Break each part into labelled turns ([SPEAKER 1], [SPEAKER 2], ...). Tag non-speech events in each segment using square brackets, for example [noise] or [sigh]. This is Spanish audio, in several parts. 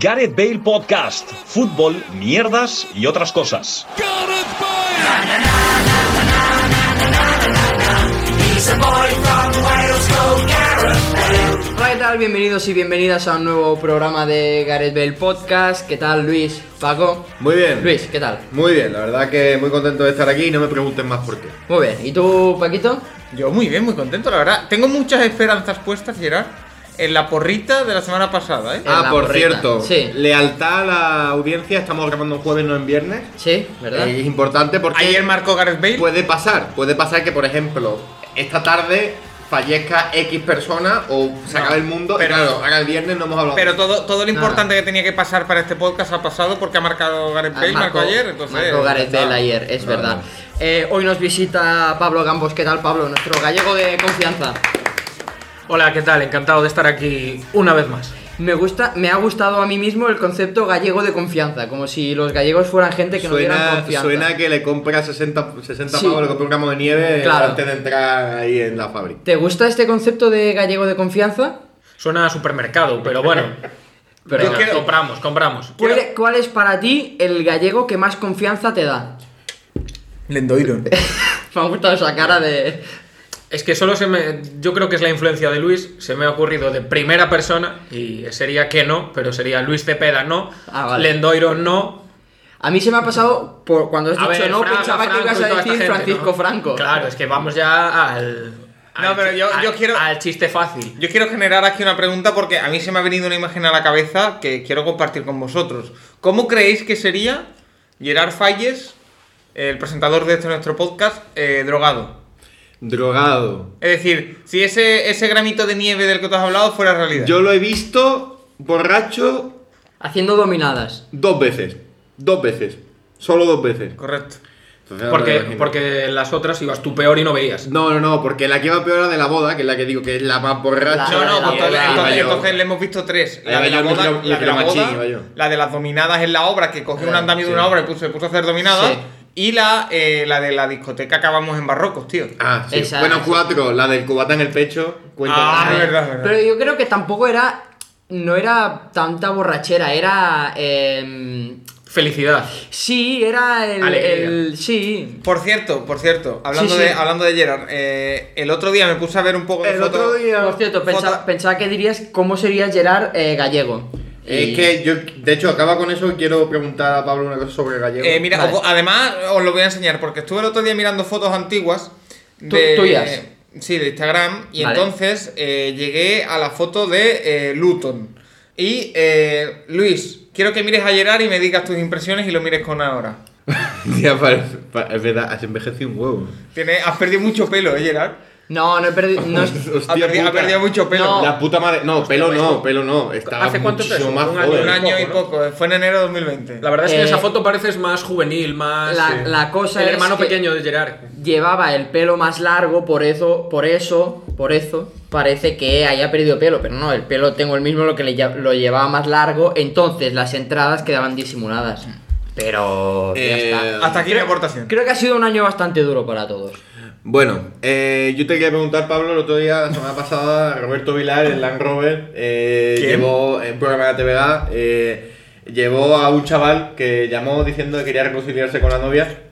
[SPEAKER 1] Gareth Bale Podcast, fútbol, mierdas y otras cosas.
[SPEAKER 2] Hola, ¿qué tal? Bienvenidos y bienvenidas a un nuevo programa de Gareth Bale Podcast. ¿Qué tal, Luis? Paco.
[SPEAKER 3] Muy bien.
[SPEAKER 2] Luis, ¿qué tal?
[SPEAKER 3] Muy bien, la verdad que muy contento de estar aquí y no me pregunten más por qué.
[SPEAKER 2] Muy bien. ¿Y tú, Paquito?
[SPEAKER 4] Yo muy bien, muy contento, la verdad. Tengo muchas esperanzas puestas, Gerard, en la porrita de la semana pasada, ¿eh?
[SPEAKER 3] Ah,
[SPEAKER 2] la
[SPEAKER 3] por
[SPEAKER 2] morrita,
[SPEAKER 3] cierto,
[SPEAKER 2] sí.
[SPEAKER 3] lealtad a la audiencia, estamos grabando un jueves, no en viernes.
[SPEAKER 2] Sí, ¿verdad?
[SPEAKER 3] Eh, Es importante porque
[SPEAKER 4] Ayer marcó Gareth Bale.
[SPEAKER 2] Pues,
[SPEAKER 3] puede pasar, puede pasar que por ejemplo, esta tarde fallezca X persona o se
[SPEAKER 4] No,
[SPEAKER 3] acabe el mundo,
[SPEAKER 4] pero-
[SPEAKER 3] y claro, ahora el viernes no hemos hablado.
[SPEAKER 4] pero todo, todo lo
[SPEAKER 2] Nada.
[SPEAKER 4] importante que tenía que pasar para este podcast ha pasado porque ha marcado Gareth
[SPEAKER 2] Ah,
[SPEAKER 4] Bale, marcó ayer, entonces...
[SPEAKER 2] marcó Gareth Bale ayer, es
[SPEAKER 3] No,
[SPEAKER 2] verdad.
[SPEAKER 3] no.
[SPEAKER 2] Eh, hoy nos visita Pablo Campos. ¿Qué tal, Pablo? Nuestro gallego de confianza.
[SPEAKER 5] Hola, ¿qué tal? Encantado de estar aquí una vez más.
[SPEAKER 2] Me gusta, me ha gustado a mí mismo el concepto gallego de confianza, como si los gallegos fueran gente que no dieran
[SPEAKER 3] suena,
[SPEAKER 2] confianza.
[SPEAKER 3] suena que le compra 60, 60
[SPEAKER 2] Sí.
[SPEAKER 3] pavos, le compra un gramo de nieve
[SPEAKER 2] Claro.
[SPEAKER 3] antes de entrar ahí en la fábrica.
[SPEAKER 2] ¿Te gusta este concepto de gallego de confianza?
[SPEAKER 5] Suena a supermercado, pero bueno.
[SPEAKER 2] [laughs] Pero-
[SPEAKER 5] Yo quiero- compramos, compramos.
[SPEAKER 2] ¿Cuál, e-, cuál es para ti el gallego que más confianza te da?
[SPEAKER 4] Lendoiron.
[SPEAKER 2] Me ha gustado esa cara de.
[SPEAKER 5] Es que solo se me. Yo creo que es la influencia de Luis. Se me ha ocurrido de primera persona. Y sería que no, pero sería Luis Cepeda no.
[SPEAKER 2] Ah, vale.
[SPEAKER 5] Lendoiro no.
[SPEAKER 2] A mí se me ha pasado por cuando has dicho Pues no,
[SPEAKER 5] Fraga,
[SPEAKER 2] pensaba que
[SPEAKER 5] Franco
[SPEAKER 2] ibas
[SPEAKER 5] y toda
[SPEAKER 2] a
[SPEAKER 5] esta
[SPEAKER 2] decir
[SPEAKER 5] gente,
[SPEAKER 2] Francisco
[SPEAKER 5] ¿no?
[SPEAKER 2] Franco.
[SPEAKER 5] Claro, es que vamos ya al.
[SPEAKER 4] No,
[SPEAKER 5] al-
[SPEAKER 4] pero yo- yo
[SPEAKER 5] al-
[SPEAKER 4] quiero-
[SPEAKER 5] Al chiste fácil.
[SPEAKER 4] [laughs] Yo quiero generar aquí una pregunta porque a mí se me ha venido una imagen a la cabeza que quiero compartir con vosotros. ¿Cómo creéis que sería Gerard Falles, el presentador de este nuestro podcast, eh, drogado?
[SPEAKER 3] Drogado.
[SPEAKER 4] Es decir, si ese, ese gramito de nieve del que tú has hablado fuera realidad.
[SPEAKER 3] Yo lo he visto borracho
[SPEAKER 2] Haciendo dominadas.
[SPEAKER 3] Dos veces. Dos veces. Solo dos veces.
[SPEAKER 4] Correcto.
[SPEAKER 3] Entonces, no me
[SPEAKER 5] Porque,
[SPEAKER 3] imagino.
[SPEAKER 5] porque las otras ibas tú peor y no veías.
[SPEAKER 3] No, no, no, porque la que va peor era de la boda, que es la que digo que es la más borracha.
[SPEAKER 4] No, no,
[SPEAKER 2] la-
[SPEAKER 4] pues
[SPEAKER 3] porque
[SPEAKER 2] la-
[SPEAKER 4] entonces,
[SPEAKER 2] la-
[SPEAKER 4] entonces-
[SPEAKER 2] la-
[SPEAKER 4] entonces le hemos visto tres.
[SPEAKER 3] La-
[SPEAKER 4] La de
[SPEAKER 3] la-
[SPEAKER 4] la
[SPEAKER 3] la-
[SPEAKER 4] boda,
[SPEAKER 3] la-
[SPEAKER 4] la de la
[SPEAKER 3] la-
[SPEAKER 4] boda,
[SPEAKER 3] machín, iba yo.
[SPEAKER 4] la de las dominadas en la obra, que cogió un
[SPEAKER 2] Eh,
[SPEAKER 4] andamio de
[SPEAKER 3] sí.
[SPEAKER 4] una obra y puso- se puso a hacer dominadas.
[SPEAKER 2] Sí.
[SPEAKER 4] Y la, eh, la de la discoteca que acabamos en Barrocos, tío.
[SPEAKER 3] Ah, sí.
[SPEAKER 2] Esa-
[SPEAKER 3] bueno, cuatro. La del cubata en el pecho. Cuenta
[SPEAKER 4] Ah,
[SPEAKER 3] también.
[SPEAKER 4] es verdad, es verdad.
[SPEAKER 2] Pero yo creo que tampoco era. No era tanta borrachera, era. em,
[SPEAKER 5] Felicidad.
[SPEAKER 2] sí, era el.
[SPEAKER 5] Alegría.
[SPEAKER 2] el- sí.
[SPEAKER 4] Por cierto, por cierto, hablando,
[SPEAKER 2] Sí, sí.
[SPEAKER 4] De, hablando de Gerard, eh, el otro día me puse a ver un poco de
[SPEAKER 3] El
[SPEAKER 4] foto-
[SPEAKER 3] otro día.
[SPEAKER 2] Por cierto, pensa-
[SPEAKER 4] Foto-
[SPEAKER 2] pensaba que dirías cómo sería Gerard eh, Gallego. Y-
[SPEAKER 3] Es que yo, de hecho, acaba con eso y quiero preguntar a Pablo una cosa sobre gallego.
[SPEAKER 4] Eh, mira,
[SPEAKER 2] Vale.
[SPEAKER 4] os- además os lo voy a enseñar porque estuve el otro día mirando fotos antiguas
[SPEAKER 2] Tu-
[SPEAKER 4] de
[SPEAKER 2] tuyas.
[SPEAKER 4] Sí, de Instagram y
[SPEAKER 2] Vale.
[SPEAKER 4] entonces eh, llegué a la foto de eh, Luton. Y eh, Luis, quiero que mires a Gerard y me digas tus impresiones y lo mires con ahora.
[SPEAKER 3] [laughs] Ya, parece- pa- es verdad, has envejecido un huevo.
[SPEAKER 4] Tiene, has perdido mucho pelo, ¿eh, Gerard?
[SPEAKER 2] No, no he perdido. no
[SPEAKER 3] [laughs]
[SPEAKER 2] es-
[SPEAKER 4] Ha
[SPEAKER 3] Hostia,
[SPEAKER 4] perdido, ha
[SPEAKER 3] puta.
[SPEAKER 4] perdido mucho pelo.
[SPEAKER 2] No.
[SPEAKER 3] La puta madre. No, pelo
[SPEAKER 2] pues
[SPEAKER 3] no, pelo no. Estaba
[SPEAKER 5] ¿Hace cuánto te
[SPEAKER 3] muchísimo
[SPEAKER 5] eso?
[SPEAKER 3] más
[SPEAKER 5] Un año,
[SPEAKER 3] joven.
[SPEAKER 4] Un año y
[SPEAKER 5] poco, ¿no?
[SPEAKER 4] poco, eh, fue en enero de 2020.
[SPEAKER 5] La verdad es que en
[SPEAKER 2] Eh,
[SPEAKER 5] esa foto pareces más juvenil, más.
[SPEAKER 2] la- la cosa
[SPEAKER 5] El
[SPEAKER 2] es
[SPEAKER 5] hermano
[SPEAKER 2] que-
[SPEAKER 5] pequeño de Gerard.
[SPEAKER 2] llevaba el pelo más largo, por eso, por eso, por eso, parece que haya perdido pelo, pero no, el pelo tengo el mismo, lo que le lle- lo llevaba más largo, entonces las entradas quedaban disimuladas. Pero ya
[SPEAKER 3] Eh,
[SPEAKER 2] está.
[SPEAKER 4] Hasta aquí mi aportación.
[SPEAKER 2] Creo que ha sido un año bastante duro para todos.
[SPEAKER 3] Bueno, eh, yo te quería preguntar, Pablo, el otro día, la semana pasada, Roberto Vilar, el Land Rover, eh,
[SPEAKER 4] ¿Quién?
[SPEAKER 3] llevó en programa de TVA, eh, llevó a un chaval que llamó diciendo que quería reconciliarse con la novia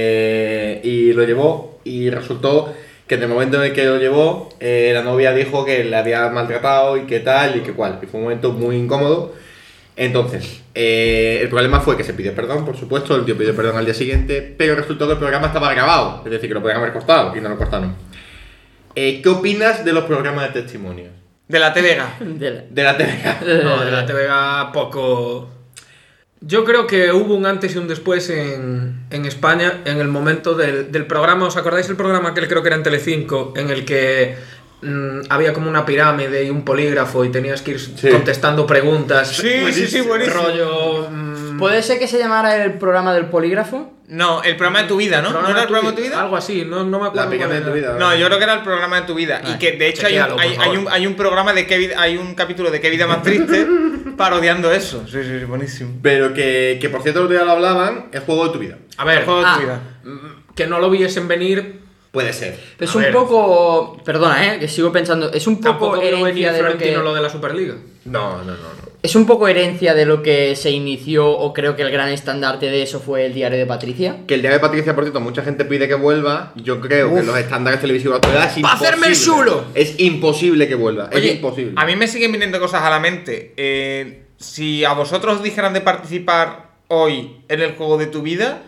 [SPEAKER 3] eh, y lo llevó y resultó que en el momento en el que lo llevó, eh, la novia dijo que le había maltratado y que tal y que cual, y fue un momento muy incómodo. Entonces, eh, el problema fue que se pidió perdón, por supuesto, el tío pidió perdón al día siguiente, pero resultó que el programa estaba grabado, es decir, que lo podían haber cortado y no lo cortaron. Eh, ¿Qué opinas de los programas de testimonio?
[SPEAKER 4] De la telega.
[SPEAKER 2] De
[SPEAKER 3] De la TV.
[SPEAKER 5] No,
[SPEAKER 3] [laughs]
[SPEAKER 5] de la TVG poco. Yo creo que hubo un antes y un después en, en España en el momento del, del programa. ¿Os acordáis el programa que creo que era en Telecinco en el que mm, había como una pirámide y un polígrafo y tenías que ir
[SPEAKER 3] Sí.
[SPEAKER 5] contestando preguntas?
[SPEAKER 4] [laughs] Sí, sí, sí, buenísimo.
[SPEAKER 5] Rollo. mm,
[SPEAKER 2] la- ¿Puede ser que se llamara el programa del polígrafo?
[SPEAKER 4] No, el programa de tu vida, ¿no? ¿No era el programa de tu vida?
[SPEAKER 5] Algo así, no, no me acuerdo.
[SPEAKER 3] La pirámide
[SPEAKER 5] cuál
[SPEAKER 3] de tu
[SPEAKER 5] era.
[SPEAKER 3] vida.
[SPEAKER 4] No, yo creo que era el programa de tu vida.
[SPEAKER 5] Ay,
[SPEAKER 4] y que de hecho hay
[SPEAKER 5] chequéalo,
[SPEAKER 4] un,
[SPEAKER 5] por
[SPEAKER 4] hay, hay
[SPEAKER 5] favor.
[SPEAKER 4] un, hay un programa de qué vida, hay un capítulo de qué vida más triste parodiando eso. Sí, sí, sí, buenísimo.
[SPEAKER 3] Pero que, que por cierto, el otro día lo hablaban, el juego de tu vida.
[SPEAKER 5] A ver, mm,
[SPEAKER 4] El juego de
[SPEAKER 2] Ah.
[SPEAKER 4] tu vida.
[SPEAKER 5] que no lo viesen venir
[SPEAKER 3] Puede ser.
[SPEAKER 2] Es
[SPEAKER 5] A
[SPEAKER 2] un
[SPEAKER 5] ver.
[SPEAKER 2] poco. Perdona, eh, que sigo pensando. Es un poco
[SPEAKER 5] Tampoco veo venir
[SPEAKER 2] herencia de lo que.
[SPEAKER 5] Florentino lo de la Superliga.
[SPEAKER 3] No, no, no. no.
[SPEAKER 2] Es un poco herencia de lo que se inició, o creo que el gran estandarte de eso fue el diario de Patricia.
[SPEAKER 3] Que el día de Patricia, por cierto, mucha gente pide que vuelva. Yo creo que
[SPEAKER 4] Uf.
[SPEAKER 3] los estándares televisivos actuales es
[SPEAKER 2] ¡Pa' hacerme el
[SPEAKER 3] imposible.
[SPEAKER 2] chulo!
[SPEAKER 3] Es imposible que vuelva.
[SPEAKER 4] Oye,
[SPEAKER 3] es imposible.
[SPEAKER 4] A mí me siguen viniendo cosas a la mente. Eh, si a vosotros os dijeran de participar hoy en el juego de tu vida,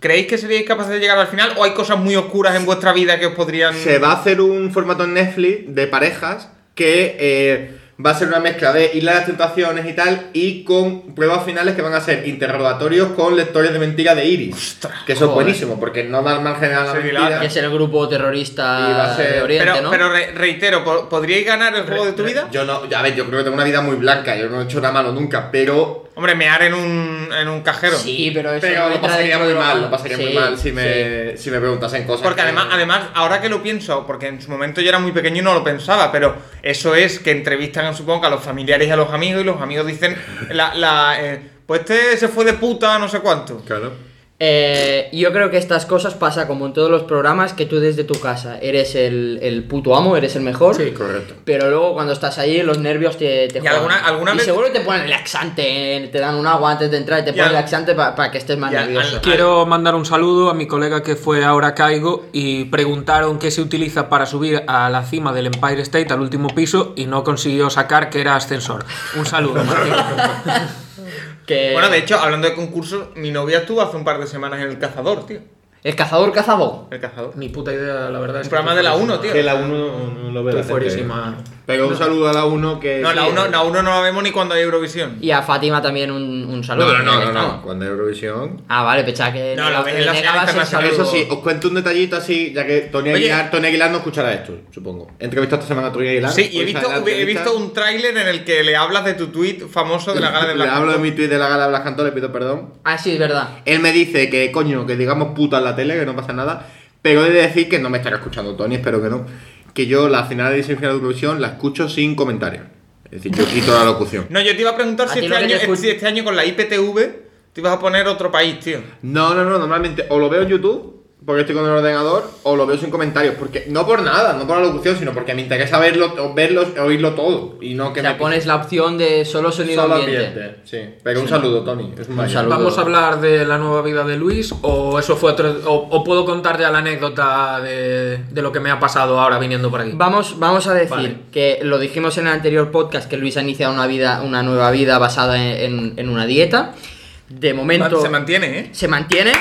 [SPEAKER 4] ¿creéis que seríais capaces de llegar al final? ¿O hay cosas muy oscuras en vuestra vida que os podrían.?
[SPEAKER 3] Se va a hacer un formato en Netflix de parejas que eh, va a ser una mezcla de Isla de las Tentaciones y tal, y con pruebas finales que van a ser interrogatorios con lectores de mentira de Iris. que eso es
[SPEAKER 2] joder.
[SPEAKER 3] buenísimo, porque no da margen a la
[SPEAKER 4] Se
[SPEAKER 3] mentira.
[SPEAKER 4] dilata.
[SPEAKER 2] Que es el grupo terrorista
[SPEAKER 3] Y va a ser-
[SPEAKER 2] de Oriente,
[SPEAKER 4] pero,
[SPEAKER 2] ¿no?
[SPEAKER 4] pero re- reitero, ¿po- ¿podríais ganar el juego de tu vida?
[SPEAKER 3] Yo no, a ver, yo creo que tengo una vida muy blanca, yo no he hecho nada malo nunca, pero.
[SPEAKER 4] Hombre, mear en un, en un cajero.
[SPEAKER 2] Sí, pero eso
[SPEAKER 3] Pero
[SPEAKER 2] no
[SPEAKER 3] lo
[SPEAKER 2] entra
[SPEAKER 3] pasaría
[SPEAKER 2] dentro
[SPEAKER 3] muy
[SPEAKER 2] de
[SPEAKER 3] mal, lo pasaría muy
[SPEAKER 2] sí,
[SPEAKER 3] mal si
[SPEAKER 2] sí.
[SPEAKER 3] me, si me preguntasen cosas.
[SPEAKER 4] Porque
[SPEAKER 3] que-
[SPEAKER 4] además, además, ahora que lo pienso, porque en su momento yo era muy pequeño y no lo pensaba, pero eso es que entrevistan, supongo, a los familiares y a los amigos, y los amigos dicen, la, la, eh, pues este se fue de puta, no sé cuánto.
[SPEAKER 3] Claro.
[SPEAKER 2] Eh, yo creo que estas cosas pasa como en todos los programas que tú desde tu casa eres el, el puto amo, eres el mejor.
[SPEAKER 5] Sí,
[SPEAKER 3] Correcto.
[SPEAKER 2] Pero luego cuando estás ahí los nervios te, te
[SPEAKER 4] Y alguna- alguna
[SPEAKER 2] Y
[SPEAKER 4] vez-
[SPEAKER 2] seguro que te ponen laxante, eh, te dan un agua antes de entrar y te
[SPEAKER 4] Y
[SPEAKER 2] ponen
[SPEAKER 4] al-
[SPEAKER 2] laxante para que estés más
[SPEAKER 4] y al-
[SPEAKER 2] nervioso.
[SPEAKER 4] al-
[SPEAKER 5] Quiero mandar un saludo a mi colega que fue ahora a Caigo y preguntaron qué se utiliza para subir a la cima del Empire State al último piso y no consiguió sacar que era ascensor. Un [laughs] saludo, Martín.
[SPEAKER 2] Que-
[SPEAKER 4] Bueno, de hecho, hablando de concursos, mi novia estuvo hace un par de semanas en El Cazador, tío.
[SPEAKER 2] El cazador cazabó.
[SPEAKER 4] El Cazador.
[SPEAKER 5] Ni puta idea, la verdad.
[SPEAKER 4] Un programa de la 1, tío.
[SPEAKER 6] Que la 1 no lo
[SPEAKER 5] Estoy
[SPEAKER 6] veo. la gente.
[SPEAKER 5] fuerísima.
[SPEAKER 3] Pero un saludo a la 1 que. eh,
[SPEAKER 4] No, la 1 la uno no la vemos ni cuando hay Eurovisión.
[SPEAKER 2] Eh, Y a Fátima también un, un saludo.
[SPEAKER 3] No,
[SPEAKER 2] ya que
[SPEAKER 3] no, no, no, no.
[SPEAKER 2] estamos.
[SPEAKER 3] Cuando hay Eurovisión.
[SPEAKER 2] Ah, vale, pensaba que
[SPEAKER 4] No, la
[SPEAKER 2] nega-
[SPEAKER 4] ves en la señal
[SPEAKER 2] negabas el
[SPEAKER 4] internacional.
[SPEAKER 2] saludo.
[SPEAKER 3] Eso sí, os cuento un detallito así, ya que Tony
[SPEAKER 4] Oye.
[SPEAKER 3] Aguilar, Tony Aguilar no escuchará esto, supongo. Entrevista esta semana a Tony Aguilar. Pues
[SPEAKER 4] Sí, y he
[SPEAKER 3] Hoy
[SPEAKER 4] visto,
[SPEAKER 3] sale la
[SPEAKER 4] he
[SPEAKER 3] entrevista.
[SPEAKER 4] visto un tráiler en el que le hablas de tu tuit famoso de la gala de
[SPEAKER 3] Le
[SPEAKER 4] Black
[SPEAKER 3] hablo de
[SPEAKER 4] Panther.
[SPEAKER 3] mi tweet de la gala de Blas Cantó, le pido perdón.
[SPEAKER 2] Ah, sí, es verdad.
[SPEAKER 3] Él me dice que, coño, que digamos puta en la tele, que no pasa nada. Pero he de decir que no me estará escuchando Tony, espero que no. Que yo la final de edición final de Eurovisión la escucho sin comentario. Es decir, yo quito la locución.
[SPEAKER 4] No, yo te iba a preguntar
[SPEAKER 2] A
[SPEAKER 4] si
[SPEAKER 2] ti
[SPEAKER 4] este,
[SPEAKER 2] lo que te
[SPEAKER 4] año,
[SPEAKER 2] escucha-
[SPEAKER 4] si este año con la IPTV te ibas a poner otro país, tío.
[SPEAKER 3] No, no, no, normalmente o lo veo en YouTube, porque estoy con el ordenador, o lo veo sin comentarios. Porque, no por nada, no por la locución, sino porque me interesa verlo, o verlo, oírlo todo. Y no que
[SPEAKER 2] O sea,
[SPEAKER 3] me
[SPEAKER 2] pones la opción de solo sonido
[SPEAKER 3] Solo
[SPEAKER 2] ambiente.
[SPEAKER 3] ambiente, sí. Pero un saludo, Tony. Es un,
[SPEAKER 2] saludo.
[SPEAKER 5] ¿Vamos a hablar de la nueva vida de Luis o eso fue otro, o, o puedo contar ya la anécdota de, de lo que me ha pasado ahora viniendo por aquí?
[SPEAKER 2] Vamos, vamos a decir
[SPEAKER 5] Vale.
[SPEAKER 2] que lo dijimos en el anterior podcast que Luis ha iniciado una vida, una nueva vida basada en, en- en una dieta. De momento
[SPEAKER 4] Se mantiene, ¿eh?
[SPEAKER 2] se mantiene.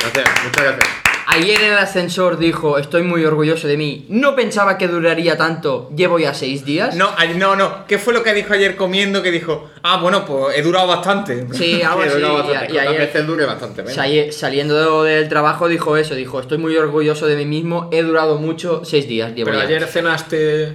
[SPEAKER 3] Gracias, muchas gracias.
[SPEAKER 2] Ayer en el ascensor dijo, estoy muy orgulloso de mí. No pensaba que duraría tanto. Llevo ya seis días.
[SPEAKER 4] No, ay- no, no. ¿Qué fue lo que dijo ayer comiendo? Que dijo, ah, bueno, pues he durado bastante.
[SPEAKER 2] Sí, algo
[SPEAKER 3] Sí,
[SPEAKER 2] así.
[SPEAKER 3] dura
[SPEAKER 2] y-
[SPEAKER 3] bastante,
[SPEAKER 2] y
[SPEAKER 3] con las
[SPEAKER 2] ayer-
[SPEAKER 3] veces dure bastante. menos.
[SPEAKER 2] O sea, ayer saliendo del trabajo dijo eso, dijo, estoy muy orgulloso de mí mismo, he durado mucho, seis días. llevo
[SPEAKER 5] Pero
[SPEAKER 2] ya".
[SPEAKER 5] ayer cenaste...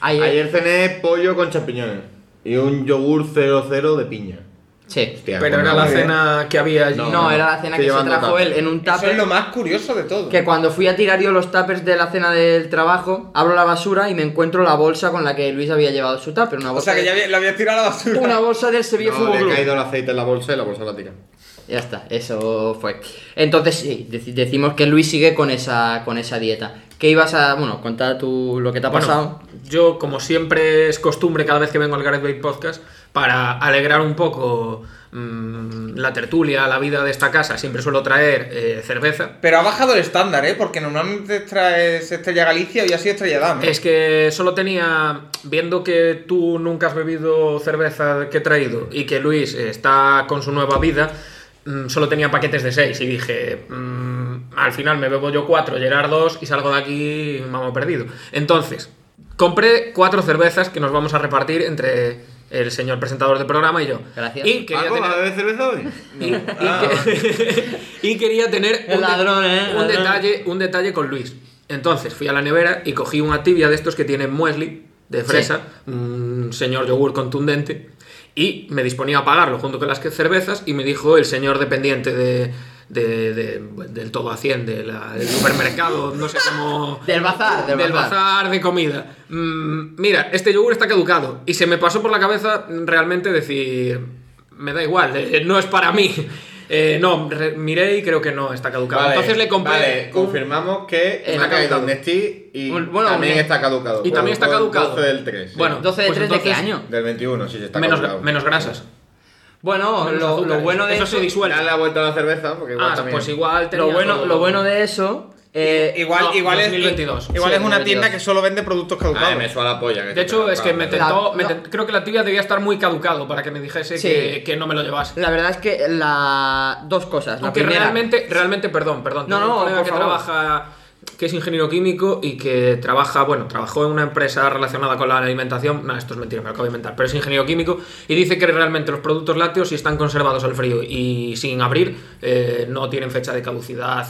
[SPEAKER 2] Ayer-
[SPEAKER 3] Ayer cené pollo con champiñones y un yogur 00 de piña.
[SPEAKER 2] Sí.
[SPEAKER 3] Hostia,
[SPEAKER 5] Pero
[SPEAKER 3] con
[SPEAKER 5] era
[SPEAKER 3] una
[SPEAKER 5] la
[SPEAKER 3] idea.
[SPEAKER 5] cena que había allí.
[SPEAKER 2] No,
[SPEAKER 3] no,
[SPEAKER 2] era la cena
[SPEAKER 3] estoy
[SPEAKER 2] que se
[SPEAKER 3] llevando
[SPEAKER 2] trajo
[SPEAKER 3] tupper.
[SPEAKER 2] él en un
[SPEAKER 4] Eso es
[SPEAKER 2] tupper.
[SPEAKER 4] lo más curioso de todo.
[SPEAKER 2] Que cuando fui a tirar yo los tuppers de la cena del trabajo, abro la basura y me encuentro la bolsa con la que Luis había llevado su tupper. Una
[SPEAKER 4] O
[SPEAKER 2] bolsa,
[SPEAKER 4] sea, que ya había- lo había tirado a la basura.
[SPEAKER 2] una bolsa del Sevilla
[SPEAKER 3] No,
[SPEAKER 2] Fútbol
[SPEAKER 3] le ha
[SPEAKER 2] Club.
[SPEAKER 3] caído el aceite en la bolsa y la bolsa la tira.
[SPEAKER 2] Ya está, eso fue. Entonces sí, deci- decimos que Luis sigue con esa, con esa dieta. ¿Qué ibas a, bueno, contar tú lo que te ha
[SPEAKER 5] Bueno,
[SPEAKER 2] pasado?
[SPEAKER 5] Yo, como siempre es costumbre cada vez que vengo al Gareth Bale Podcast, para alegrar un poco mm, la tertulia, la vida de esta casa, siempre suelo traer eh, cerveza.
[SPEAKER 4] Pero ha bajado el estándar, ¿eh? Porque normalmente traes Estrella Galicia y ha sido Estrella Dama.
[SPEAKER 5] Es que solo tenía, viendo que tú nunca has bebido cerveza que he traído y que Luis está con su nueva vida, mm, solo tenía paquetes de seis y dije, mm, al final me bebo yo cuatro, Gerard dos y salgo de aquí mamá perdido. Entonces, compré cuatro cervezas que nos vamos a repartir entre el señor presentador del programa y yo.
[SPEAKER 2] Gracias.
[SPEAKER 5] Y quería
[SPEAKER 3] ¿Paco,
[SPEAKER 5] tener-
[SPEAKER 3] ¿vas a beber cerveza hoy?
[SPEAKER 5] y, y que- y quería tener
[SPEAKER 2] Ah. [laughs]
[SPEAKER 5] de-
[SPEAKER 2] El ladrón, ¿eh?
[SPEAKER 5] un
[SPEAKER 2] Ladrón.
[SPEAKER 5] detalle, un detalle con Luis. Entonces fui a la nevera y cogí una tibia de estos que tienen muesli de fresa, un señor yogur contundente, y me disponía a pagarlo junto con las que- cervezas y me dijo el señor dependiente de, de- de- del todo a 100 de la- del supermercado, no sé cómo...
[SPEAKER 2] [laughs] Del bazar, del, bazar.
[SPEAKER 5] de comida. Mm, mira, este yogur está caducado. Y se me pasó por la cabeza mm, realmente decir, me da igual, eh, no es para mí. [laughs] Eh, no, re- miré y creo que no, está caducado.
[SPEAKER 3] Vale,
[SPEAKER 5] Entonces le compré.
[SPEAKER 3] Vale,
[SPEAKER 5] un-
[SPEAKER 3] confirmamos
[SPEAKER 2] Eh,
[SPEAKER 3] que una
[SPEAKER 2] está
[SPEAKER 3] caída
[SPEAKER 2] caducado.
[SPEAKER 3] un Nestí y
[SPEAKER 5] Un- bueno,
[SPEAKER 3] también
[SPEAKER 5] un-
[SPEAKER 3] está caducado.
[SPEAKER 5] y también está
[SPEAKER 3] Por- por
[SPEAKER 5] caducado.
[SPEAKER 3] 12 del 3. sí.
[SPEAKER 5] Bueno,
[SPEAKER 2] ¿12 de
[SPEAKER 5] Pues
[SPEAKER 2] 3 de qué
[SPEAKER 5] entonces-
[SPEAKER 2] año?
[SPEAKER 3] Del 21, sí, sí está
[SPEAKER 5] menos,
[SPEAKER 3] caducado.
[SPEAKER 5] menos grasas.
[SPEAKER 2] Bueno,
[SPEAKER 5] Menos
[SPEAKER 2] lo, lo
[SPEAKER 5] azúcares.
[SPEAKER 2] bueno de
[SPEAKER 5] Eso se disuelve.
[SPEAKER 3] Dale la vuelta a la cerveza, porque igual
[SPEAKER 5] Ah,
[SPEAKER 3] también-
[SPEAKER 5] pues igual tenía
[SPEAKER 2] lo bueno,
[SPEAKER 5] todo-
[SPEAKER 2] lo bueno de eso. eh,
[SPEAKER 4] Igual,
[SPEAKER 5] no,
[SPEAKER 4] igual es,
[SPEAKER 5] 2022.
[SPEAKER 2] Sí,
[SPEAKER 4] igual es una
[SPEAKER 2] 2022.
[SPEAKER 4] tienda que solo vende productos
[SPEAKER 3] Ah,
[SPEAKER 4] caducados.
[SPEAKER 3] me suena la polla. que
[SPEAKER 5] De
[SPEAKER 3] te
[SPEAKER 5] hecho,
[SPEAKER 3] caduca,
[SPEAKER 5] es que me
[SPEAKER 3] vale.
[SPEAKER 5] tentó. me
[SPEAKER 2] no.
[SPEAKER 5] ten- Creo que la tibia debía estar muy caducado para que me dijese
[SPEAKER 2] Sí.
[SPEAKER 5] que, que no me lo llevase.
[SPEAKER 2] La verdad es que la dos cosas. La
[SPEAKER 5] Aunque
[SPEAKER 2] primera,
[SPEAKER 5] realmente, realmente, perdón, perdón.
[SPEAKER 2] No,
[SPEAKER 5] tengo
[SPEAKER 2] no,
[SPEAKER 5] un colega
[SPEAKER 2] por
[SPEAKER 5] que
[SPEAKER 2] favor.
[SPEAKER 5] trabaja que es ingeniero químico y que trabaja, bueno, trabajó en una empresa relacionada con la alimentación, no, esto es mentira, me lo acabo de inventar, pero es ingeniero químico y dice que realmente los productos lácteos si están conservados al frío y sin abrir eh, no tienen fecha de caducidad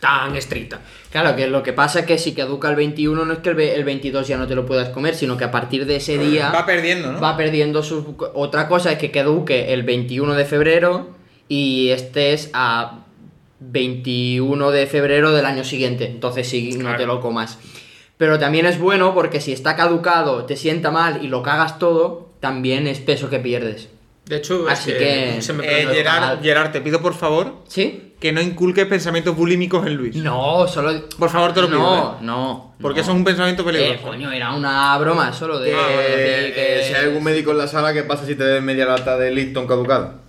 [SPEAKER 5] tan estricta.
[SPEAKER 2] claro, que lo que pasa es que si caduca el 21 no es que el, ve- el 22 ya no te lo puedas comer, sino que a partir de ese día
[SPEAKER 4] Va perdiendo, ¿no?
[SPEAKER 2] va perdiendo sus... Otra cosa es que caduque el 21 de febrero y estés a 21 de febrero del año siguiente, entonces sí, no
[SPEAKER 5] Claro.
[SPEAKER 2] te lo comas. Pero también es bueno porque si está caducado, te sienta mal y lo cagas todo, también es peso que pierdes.
[SPEAKER 5] De hecho, es
[SPEAKER 2] Así que,
[SPEAKER 5] se me
[SPEAKER 4] Eh,
[SPEAKER 5] prende el
[SPEAKER 4] Gerard,
[SPEAKER 2] canal.
[SPEAKER 4] Gerard, te pido por favor
[SPEAKER 2] ¿Sí?
[SPEAKER 4] que no inculques pensamientos bulímicos en Luis.
[SPEAKER 2] No, solo...
[SPEAKER 4] Por favor, te lo pido.
[SPEAKER 2] No,
[SPEAKER 4] ¿eh?
[SPEAKER 2] no.
[SPEAKER 4] Porque
[SPEAKER 2] no.
[SPEAKER 4] eso es un pensamiento
[SPEAKER 2] Eh,
[SPEAKER 4] peligroso.
[SPEAKER 2] coño, era una broma solo de.
[SPEAKER 4] Ah,
[SPEAKER 3] Eh,
[SPEAKER 2] de que-
[SPEAKER 3] eh, si hay algún médico en la sala, ¿qué pasa si te den media lata de Lipton caducado?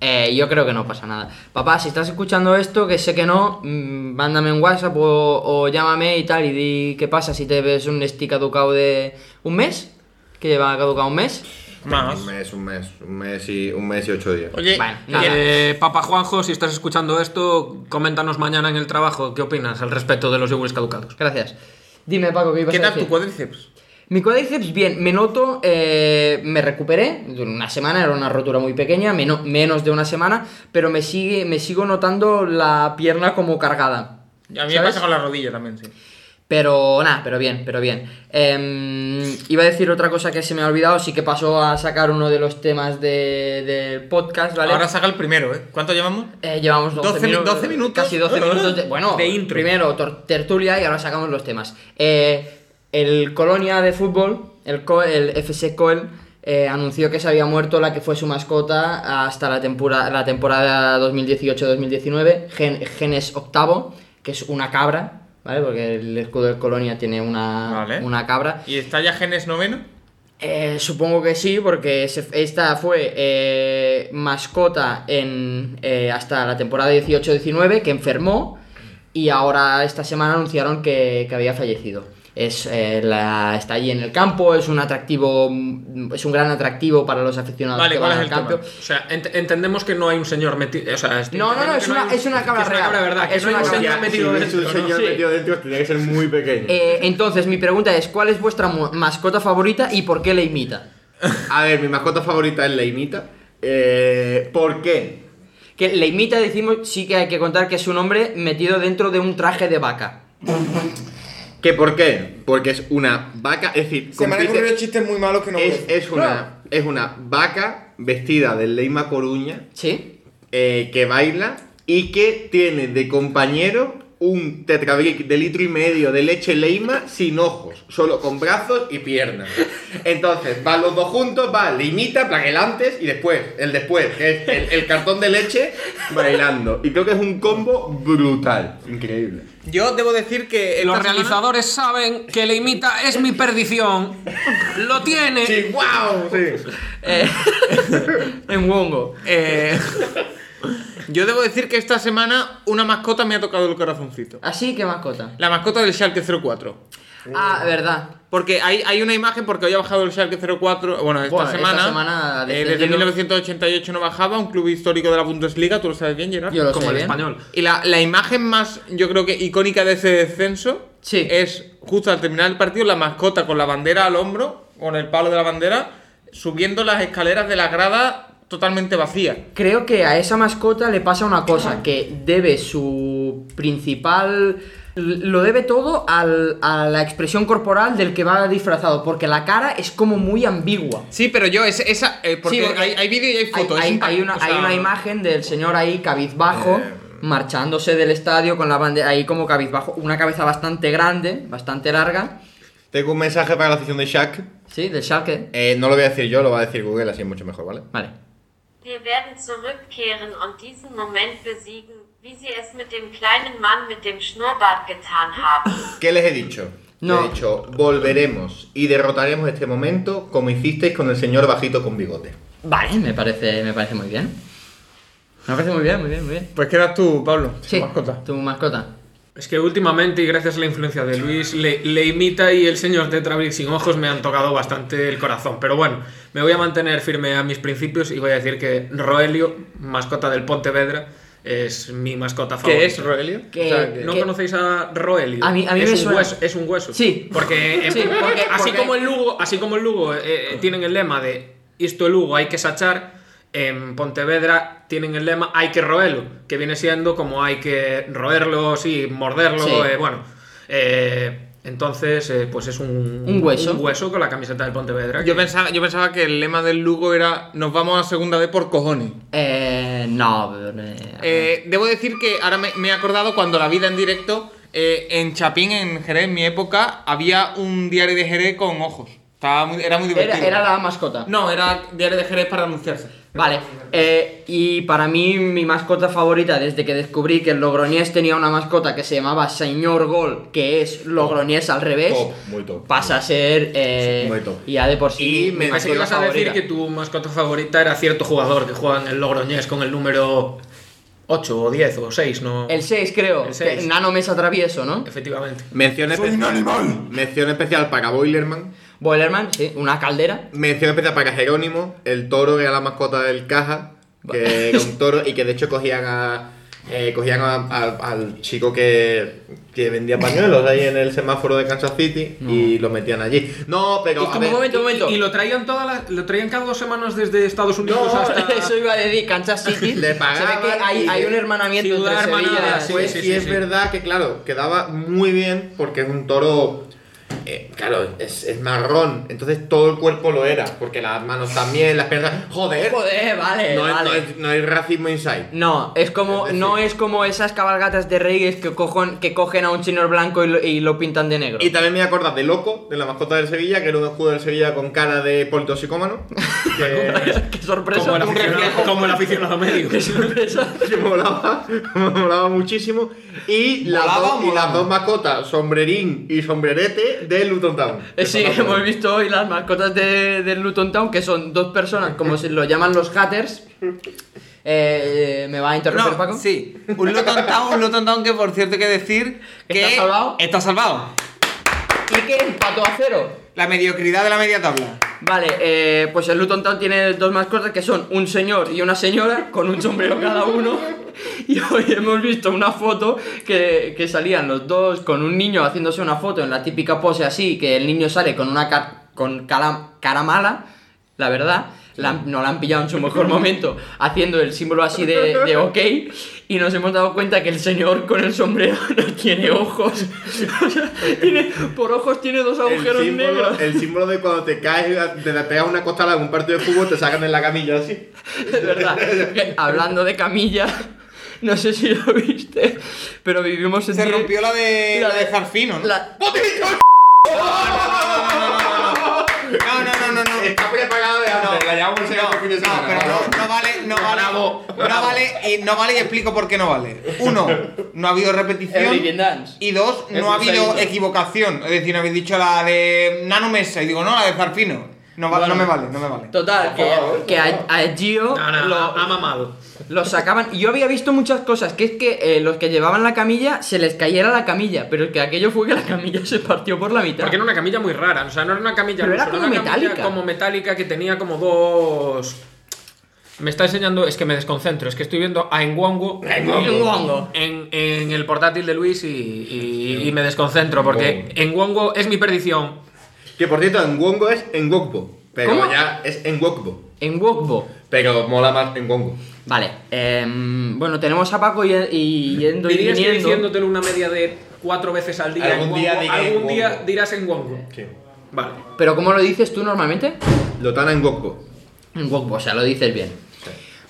[SPEAKER 2] Eh, yo creo que no pasa nada. Papá, si estás escuchando esto, que sé que no, mm, mándame un WhatsApp o, o llámame y tal y di qué pasa si te ves un stick caducado de un mes, que lleva caducado un mes.
[SPEAKER 4] Más.
[SPEAKER 3] Un
[SPEAKER 2] Pues
[SPEAKER 3] mes, un mes, un mes y, un mes y ocho días.
[SPEAKER 4] Oye,
[SPEAKER 2] Bueno,
[SPEAKER 4] y
[SPEAKER 2] nada.
[SPEAKER 4] el-
[SPEAKER 5] Eh, Papa Juanjo, si estás escuchando esto, coméntanos mañana en el trabajo qué opinas al respecto de los yogures caducados.
[SPEAKER 2] Gracias. Dime, Paco, ¿qué ibas
[SPEAKER 4] ¿qué
[SPEAKER 2] a
[SPEAKER 4] tal
[SPEAKER 2] decir?
[SPEAKER 4] tu cuádriceps?
[SPEAKER 2] Mi cuádriceps, bien, me noto, eh, me recuperé, durante una semana, era una rotura muy pequeña, meno- menos de una semana, pero me, sigue, me sigo notando la pierna como cargada.
[SPEAKER 4] A mí me
[SPEAKER 2] ¿Sabes?
[SPEAKER 4] pasa con la rodilla también, sí.
[SPEAKER 2] Pero nada, pero bien, pero bien. Em, iba a decir otra cosa que se me ha olvidado, sí que pasó a sacar uno de los temas de- del podcast, ¿vale?
[SPEAKER 4] Ahora saca el primero, ¿eh? ¿Cuánto llevamos?
[SPEAKER 2] Eh, llevamos 12,
[SPEAKER 4] 12 mi-
[SPEAKER 2] minutos,
[SPEAKER 4] 12 minutos. Ah,
[SPEAKER 2] Casi 12 minutos. de- bueno,
[SPEAKER 5] De intro.
[SPEAKER 2] primero tor- tertulia y ahora sacamos los temas. Eh, el Colonia de fútbol, el, Co- el FC Coel, eh, anunció que se había muerto la que fue su mascota hasta la, tempura- la temporada 2018-2019, Gen- Genes octavo, que es una cabra, ¿vale? Porque el escudo del Colonia tiene una,
[SPEAKER 4] Vale.
[SPEAKER 2] una cabra.
[SPEAKER 4] ¿Y está ya Genes noveno?
[SPEAKER 2] Eh, supongo que sí, porque se- esta fue eh, mascota en, eh, hasta la temporada 18-19, que enfermó, y ahora esta semana anunciaron que, que había fallecido. Es, eh, la- está allí en el campo, es un atractivo, mm, es un gran atractivo para los aficionados
[SPEAKER 4] Vale,
[SPEAKER 2] que
[SPEAKER 4] ¿cuál
[SPEAKER 2] van al
[SPEAKER 4] es el
[SPEAKER 2] campo.
[SPEAKER 4] tema?
[SPEAKER 5] O sea, ent- entendemos que no hay un señor metido. O sea, estoy
[SPEAKER 2] No, no, no,
[SPEAKER 5] entendiendo
[SPEAKER 2] es
[SPEAKER 5] que
[SPEAKER 2] una-
[SPEAKER 5] hay-
[SPEAKER 2] es una
[SPEAKER 5] que
[SPEAKER 2] cabra
[SPEAKER 5] es una
[SPEAKER 2] real.
[SPEAKER 5] cabra verdad, que
[SPEAKER 2] Es
[SPEAKER 5] no hay
[SPEAKER 2] una
[SPEAKER 5] un
[SPEAKER 2] cabra-
[SPEAKER 5] señor metido
[SPEAKER 3] si
[SPEAKER 5] dentro,
[SPEAKER 3] hubiese un
[SPEAKER 5] ¿no?
[SPEAKER 3] señor
[SPEAKER 2] Sí.
[SPEAKER 3] metido dentro, tenía que ser muy pequeño.
[SPEAKER 2] Eh, entonces, mi pregunta es, ¿cuál es vuestra mu- mascota favorita y por qué le imita?
[SPEAKER 3] A ver, mi mascota favorita es la imita. Eh, ¿Por qué?
[SPEAKER 2] Que le imita, decimos, sí que hay que contar que es un hombre metido dentro de un traje de vaca.
[SPEAKER 3] ¿Qué por qué? Porque es una vaca, es decir, compite-
[SPEAKER 4] chistes muy malos que
[SPEAKER 3] es, es una, es una vaca vestida de Leima Coruña
[SPEAKER 2] ¿Sí?
[SPEAKER 3] eh, que baila y que tiene de compañero un tetrabric de litro y medio de leche leima sin ojos, solo con brazos y piernas. Entonces, van los dos juntos, va limita, plan el antes y después, el después, que es el, el cartón de leche bailando. Y creo que es un combo brutal, increíble.
[SPEAKER 4] Yo debo decir que.
[SPEAKER 5] Los
[SPEAKER 4] esta semana-
[SPEAKER 5] realizadores saben que le imita es mi perdición. Lo tiene.
[SPEAKER 3] Sí, wow, sí.
[SPEAKER 2] En Wongo.
[SPEAKER 4] Eh, [laughs] yo debo decir que esta semana una mascota me ha tocado el corazoncito.
[SPEAKER 2] Así que mascota.
[SPEAKER 4] La mascota del Schalke 04.
[SPEAKER 2] Ah, verdad.
[SPEAKER 4] Porque hay, hay una imagen, porque hoy ha bajado el Schalke 04, bueno, esta
[SPEAKER 2] Bueno, esta
[SPEAKER 4] semana,
[SPEAKER 2] semana ha
[SPEAKER 4] eh, desde
[SPEAKER 2] descendido.
[SPEAKER 4] 1988 no bajaba, un club histórico de la Bundesliga, tú lo sabes bien, Gerard.
[SPEAKER 2] Yo lo
[SPEAKER 5] Como
[SPEAKER 2] sé
[SPEAKER 5] el
[SPEAKER 2] bien.
[SPEAKER 5] español.
[SPEAKER 4] Y la, la imagen más, yo creo que icónica de ese descenso
[SPEAKER 2] Sí.
[SPEAKER 4] es justo al terminar el partido, la mascota con la bandera al hombro, con el palo de la bandera, subiendo las escaleras de la grada totalmente vacía.
[SPEAKER 2] Creo que a esa mascota le pasa una cosa, que debe su principal... Lo debe todo al- a la expresión corporal del que va disfrazado, porque la cara es como muy ambigua.
[SPEAKER 4] Sí, pero yo, es- esa, eh, porque,
[SPEAKER 2] Sí, porque
[SPEAKER 4] hay, hay vídeo y hay foto. es
[SPEAKER 2] Hay,
[SPEAKER 4] un pa-
[SPEAKER 2] hay una,
[SPEAKER 4] o sea, Eh.
[SPEAKER 2] hay una imagen del señor ahí cabizbajo, marchándose del estadio con la bandera ahí como cabizbajo, una cabeza bastante grande, bastante larga,
[SPEAKER 3] Tengo un mensaje para la afición de Shaq.
[SPEAKER 2] ¿sí? Del Schalke.
[SPEAKER 3] Eh, no lo voy a decir yo, lo va a decir Google, así es mucho mejor, ¿vale?
[SPEAKER 2] Vale.
[SPEAKER 6] Wir werden zurückkehren und diesen Moment besiegen, wie sie es mit dem kleinen Mann mit dem Schnurrbart getan haben.
[SPEAKER 3] ¿Qué les he dicho?
[SPEAKER 2] No.
[SPEAKER 3] Les he dicho, volveremos y derrotaremos este momento como hicisteis con el señor bajito con bigote.
[SPEAKER 2] Vale, me parece, me parece muy bien. Me parece muy bien, muy bien, muy bien.
[SPEAKER 4] Pues quedas tú, Pablo,
[SPEAKER 2] Sí,
[SPEAKER 4] mascota.
[SPEAKER 2] tu mascota.
[SPEAKER 5] Es que últimamente, y gracias a la influencia de Luis, le, le imita y el señor de Trabrick sin ojos me han tocado bastante el corazón. Pero bueno, me voy a mantener firme a mis principios y voy a decir que Roelio, mascota del Pontevedra, es mi mascota favorita.
[SPEAKER 4] ¿Qué es Roelio?
[SPEAKER 2] Que-
[SPEAKER 5] O sea, ¿No
[SPEAKER 2] que-
[SPEAKER 5] conocéis a Roelio?
[SPEAKER 2] A mí- a mí
[SPEAKER 5] es
[SPEAKER 2] me
[SPEAKER 5] un
[SPEAKER 2] suena.
[SPEAKER 5] Hueso, es un hueso.
[SPEAKER 2] Sí.
[SPEAKER 5] Porque, eh,
[SPEAKER 2] Sí, porque-
[SPEAKER 5] así,
[SPEAKER 2] porque-
[SPEAKER 5] Como el Lugo, así como el Lugo eh, eh, tienen el lema de esto el Lugo hay que sachar, en Pontevedra tienen el lema hay que roerlo, que viene siendo como hay que roerlo, sí, morderlo,
[SPEAKER 2] Sí.
[SPEAKER 5] eh, bueno. Eh, entonces, eh, pues es un,
[SPEAKER 2] Un hueso.
[SPEAKER 5] un hueso con la camiseta del Pontevedra. que-
[SPEAKER 4] Yo pensaba, yo pensaba que el lema del Lugo era nos vamos a segunda vez por cojones.
[SPEAKER 2] Eh, no, pero, eh,
[SPEAKER 4] Eh, debo decir que ahora me, me he acordado cuando la vida en directo, eh, en Chapín, en Jerez, en mi época, había un diario de Jerez con ojos. Estaba muy- era muy divertido.
[SPEAKER 2] era, era la mascota.
[SPEAKER 4] No, era diario de Jerez para anunciarse.
[SPEAKER 2] Vale, eh, y para mí mi mascota favorita desde que descubrí que el Logroñés tenía una mascota que se llamaba Señor Gol, que es Logroñés al revés,
[SPEAKER 3] Top, muy top.
[SPEAKER 2] pasa a ser eh,
[SPEAKER 3] Muy top.
[SPEAKER 2] y ya de por sí
[SPEAKER 3] Y me-
[SPEAKER 5] Así que
[SPEAKER 3] mascota
[SPEAKER 5] vas a decir
[SPEAKER 3] favorita.
[SPEAKER 5] que tu mascota favorita era cierto jugador que juega en el Logroñés con el número 8 o 10 o 6, ¿no?
[SPEAKER 2] el 6 creo,
[SPEAKER 5] El seis.
[SPEAKER 2] que Nano Mesa Travieso, ¿no?
[SPEAKER 5] Efectivamente.
[SPEAKER 3] Mención, espe- mención especial para Boilerman.
[SPEAKER 2] Boilerman, sí, una caldera.
[SPEAKER 3] Mención especial para Jerónimo, el toro que era la mascota del caja, que era un toro y que de hecho cogían a. eh, cogían a- a- al chico que, que vendía pañuelos ahí en el semáforo de Kansas City y lo metían allí. No, pero.
[SPEAKER 2] Y
[SPEAKER 3] a
[SPEAKER 2] como
[SPEAKER 3] ver,
[SPEAKER 2] un momento, un momento.
[SPEAKER 5] Y lo traían todas las, lo traían cada dos semanas desde Estados Unidos
[SPEAKER 3] No,
[SPEAKER 5] hasta
[SPEAKER 2] [laughs] Eso iba a decir Kansas City.
[SPEAKER 3] Le
[SPEAKER 2] Se ve que
[SPEAKER 3] pagaban
[SPEAKER 2] hay,
[SPEAKER 3] y-
[SPEAKER 2] hay un hermanamiento
[SPEAKER 5] Ciudad
[SPEAKER 2] entre Sevilla
[SPEAKER 5] hermanada,
[SPEAKER 2] y-
[SPEAKER 5] sí,
[SPEAKER 3] Pues
[SPEAKER 5] sí,
[SPEAKER 3] sí,
[SPEAKER 5] sí,
[SPEAKER 3] es
[SPEAKER 5] sí.
[SPEAKER 3] verdad que, claro, quedaba muy bien porque es un toro. eh, claro, es, es marrón, entonces todo el cuerpo lo era, porque las manos también, las piernas. Joder,
[SPEAKER 2] Joder, vale,
[SPEAKER 3] no, es-
[SPEAKER 2] vale.
[SPEAKER 3] no es- no hay racismo inside.
[SPEAKER 2] No, es como,
[SPEAKER 3] Es decir-
[SPEAKER 2] no es como esas cabalgatas de reyes que, cojon- que cogen a un señor blanco y lo, y lo pintan de negro.
[SPEAKER 3] Y también me acuerdas de Loco, de la mascota del Sevilla, que era un escudo del Sevilla con cara de politoxicómano. Que,
[SPEAKER 2] [laughs]
[SPEAKER 3] [laughs]
[SPEAKER 2] Qué sorpresa.
[SPEAKER 5] como el,
[SPEAKER 2] tú.
[SPEAKER 5] aficionado, como el aficionado medio.
[SPEAKER 2] [laughs] Qué
[SPEAKER 3] [laughs]
[SPEAKER 2] sorpresa.
[SPEAKER 3] que molaba, molaba muchísimo. Y, las
[SPEAKER 4] Molaba,
[SPEAKER 3] dos, y
[SPEAKER 4] molaba.
[SPEAKER 3] las dos mascotas, sombrerín y sombrerete, de Luton Town.
[SPEAKER 2] Eh, Sí, hemos visto hoy las mascotas de, de Luton Town, que son dos personas, como se lo llaman los hatters. Eh, ¿Me va a interrumpir, Paco?
[SPEAKER 4] sí. Un Luton Town, un Luton Town que por cierto hay que decir que
[SPEAKER 2] ¿Está salvado?
[SPEAKER 4] Está salvado.
[SPEAKER 2] ¿Y qué? Empató a cero.
[SPEAKER 4] La mediocridad de la media tabla.
[SPEAKER 2] Vale, eh, pues el Luton Town tiene dos mascotas que son un señor y una señora con un sombrero cada uno. Y hoy hemos visto una foto que, que salían los dos con un niño haciéndose una foto en la típica pose así, que el niño sale con una ca- con cara, cara mala, la verdad. La han- no la han pillado en su mejor momento haciendo el símbolo así de, de ok y nos hemos dado cuenta que el señor con el sombrero [laughs] no tiene ojos [laughs] O sea, tiene- por ojos tiene dos
[SPEAKER 3] El
[SPEAKER 2] agujeros negros
[SPEAKER 3] símbolo, el símbolo de cuando te caes, te la pegas una costada en un partido de fútbol, te sacan en la camilla así.
[SPEAKER 2] Es verdad. Que, Hablando de camilla, no sé si lo viste, pero vivimos en.
[SPEAKER 4] Se
[SPEAKER 2] die-
[SPEAKER 4] rompió la de
[SPEAKER 2] la
[SPEAKER 4] la de
[SPEAKER 2] de-
[SPEAKER 4] Zarfino, ¿no?
[SPEAKER 2] la-
[SPEAKER 4] No, no, no, no, no.
[SPEAKER 3] Está preparado de antes, la llevamos en el fin de
[SPEAKER 4] No,
[SPEAKER 3] semana.
[SPEAKER 4] pero no, no vale, no vale.
[SPEAKER 5] Bravo,
[SPEAKER 4] No vale, y no vale y explico por qué no vale. Uno, no ha habido
[SPEAKER 2] Everything
[SPEAKER 4] repetición.
[SPEAKER 2] Dance.
[SPEAKER 4] Y dos,
[SPEAKER 3] Es
[SPEAKER 4] no ha
[SPEAKER 3] un
[SPEAKER 4] habido
[SPEAKER 3] segundo.
[SPEAKER 4] equivocación. Es decir, habéis dicho la de Nano Mesa y digo, no, la de Zarfino. No, va- no me vale, no me vale.
[SPEAKER 2] Total, que, que a, a Gio
[SPEAKER 5] No, no,
[SPEAKER 2] lo,
[SPEAKER 5] ha mamado.
[SPEAKER 2] lo sacaban. Y yo había visto muchas cosas, que es que eh, los que llevaban la camilla se les cayera la camilla, pero que aquello fue que la camilla [laughs] se partió por la mitad.
[SPEAKER 5] Porque era una camilla muy rara, o sea, no era una camilla
[SPEAKER 2] Pero era
[SPEAKER 5] rusa,
[SPEAKER 2] como
[SPEAKER 5] una camilla
[SPEAKER 2] metálica.
[SPEAKER 5] como metálica que tenía como dos Me está enseñando, es que me desconcentro, es que estoy viendo a Enguango
[SPEAKER 2] Enguango.
[SPEAKER 5] en, en el portátil de Luis y, y- y me desconcentro porque Enguango es mi perdición.
[SPEAKER 3] Que por cierto, en Wongo es en Wokbo. Pero
[SPEAKER 2] ¿Cómo?
[SPEAKER 3] ya es en Wokbo.
[SPEAKER 2] En Wokbo.
[SPEAKER 3] Pero mola más en Wongo.
[SPEAKER 2] Vale, em, bueno, tenemos a Paco y, y yendo y
[SPEAKER 5] Dirías que
[SPEAKER 2] viniendo.
[SPEAKER 5] diciéndotelo una media de cuatro veces al día.
[SPEAKER 3] Algún día
[SPEAKER 5] Enguango,
[SPEAKER 3] diré
[SPEAKER 5] algún
[SPEAKER 3] Enguango.
[SPEAKER 5] día dirás Enguango.
[SPEAKER 3] Sí.
[SPEAKER 5] Vale.
[SPEAKER 2] Pero ¿cómo lo dices tú normalmente?
[SPEAKER 3] Lotana en Wokbo.
[SPEAKER 2] En Wokbo, o sea, lo dices bien.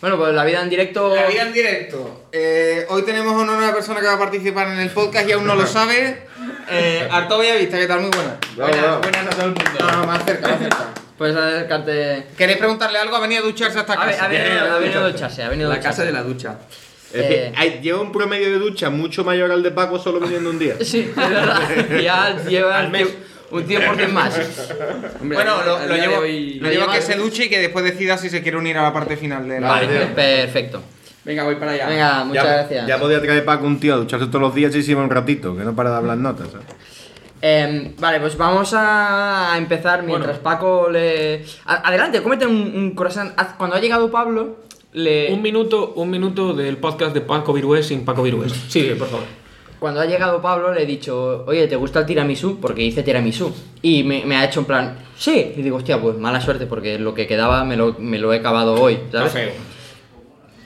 [SPEAKER 2] Bueno, pues la vida en directo.
[SPEAKER 4] La vida en directo. Eh, hoy tenemos a una nueva persona que va a participar en el podcast y aún no lo sabe. Eh, Arto Bellavista, ¿qué tal? Muy buena.
[SPEAKER 3] Bravo, bravo.
[SPEAKER 4] No, no, más cerca, más cerca.
[SPEAKER 2] Puedes acercarte.
[SPEAKER 4] ¿Queréis preguntarle algo? ¿Ha venido a ducharse hasta
[SPEAKER 2] Ha, ve-
[SPEAKER 4] casa?
[SPEAKER 2] ha venido,
[SPEAKER 3] Bien,
[SPEAKER 2] ha venido a
[SPEAKER 3] muchacho.
[SPEAKER 2] ducharse, ha venido a
[SPEAKER 7] La
[SPEAKER 2] ducharse.
[SPEAKER 7] casa de la ducha.
[SPEAKER 3] Es
[SPEAKER 2] Eh.
[SPEAKER 3] que hay- lleva un promedio de ducha mucho mayor al de Paco solo viniendo un día.
[SPEAKER 2] Sí,
[SPEAKER 7] [laughs]
[SPEAKER 2] es verdad. ya lleva
[SPEAKER 5] Al mes.
[SPEAKER 2] un 100% más.
[SPEAKER 7] Hombre,
[SPEAKER 4] Bueno,
[SPEAKER 7] a-
[SPEAKER 4] lo,
[SPEAKER 7] a
[SPEAKER 4] lo
[SPEAKER 7] día de
[SPEAKER 4] llevo,
[SPEAKER 7] hoy-
[SPEAKER 4] lo llevo a
[SPEAKER 2] Lo
[SPEAKER 4] que
[SPEAKER 2] lleva-
[SPEAKER 4] se duche y que después decida si se quiere unir a la parte final de la.
[SPEAKER 3] Vale.
[SPEAKER 2] Vale, perfecto.
[SPEAKER 7] Venga, voy para allá.
[SPEAKER 2] Venga, [laughs] muchas
[SPEAKER 3] ya,
[SPEAKER 2] gracias.
[SPEAKER 3] Ya podía traer Paco un tío a ducharse todos los días y se iba un ratito, que no para de hablar notas. ¿sabes?
[SPEAKER 2] Em, vale, pues vamos a a empezar mientras Paco le. A- adelante, cómete un, un croissant. Haz- Cuando ha llegado Pablo, le.
[SPEAKER 5] Un minuto, un minuto del podcast de Paco Virués sin Paco Virués. Sigue, por favor.
[SPEAKER 2] Cuando ha llegado Pablo le he dicho, oye, ¿te gusta el tiramisú? Porque hice tiramisú. Y me, me ha hecho en plan, sí. Y digo, hostia, pues mala suerte porque lo que quedaba me lo, me lo he acabado hoy,
[SPEAKER 4] Está
[SPEAKER 2] ¿sabes?
[SPEAKER 4] feo.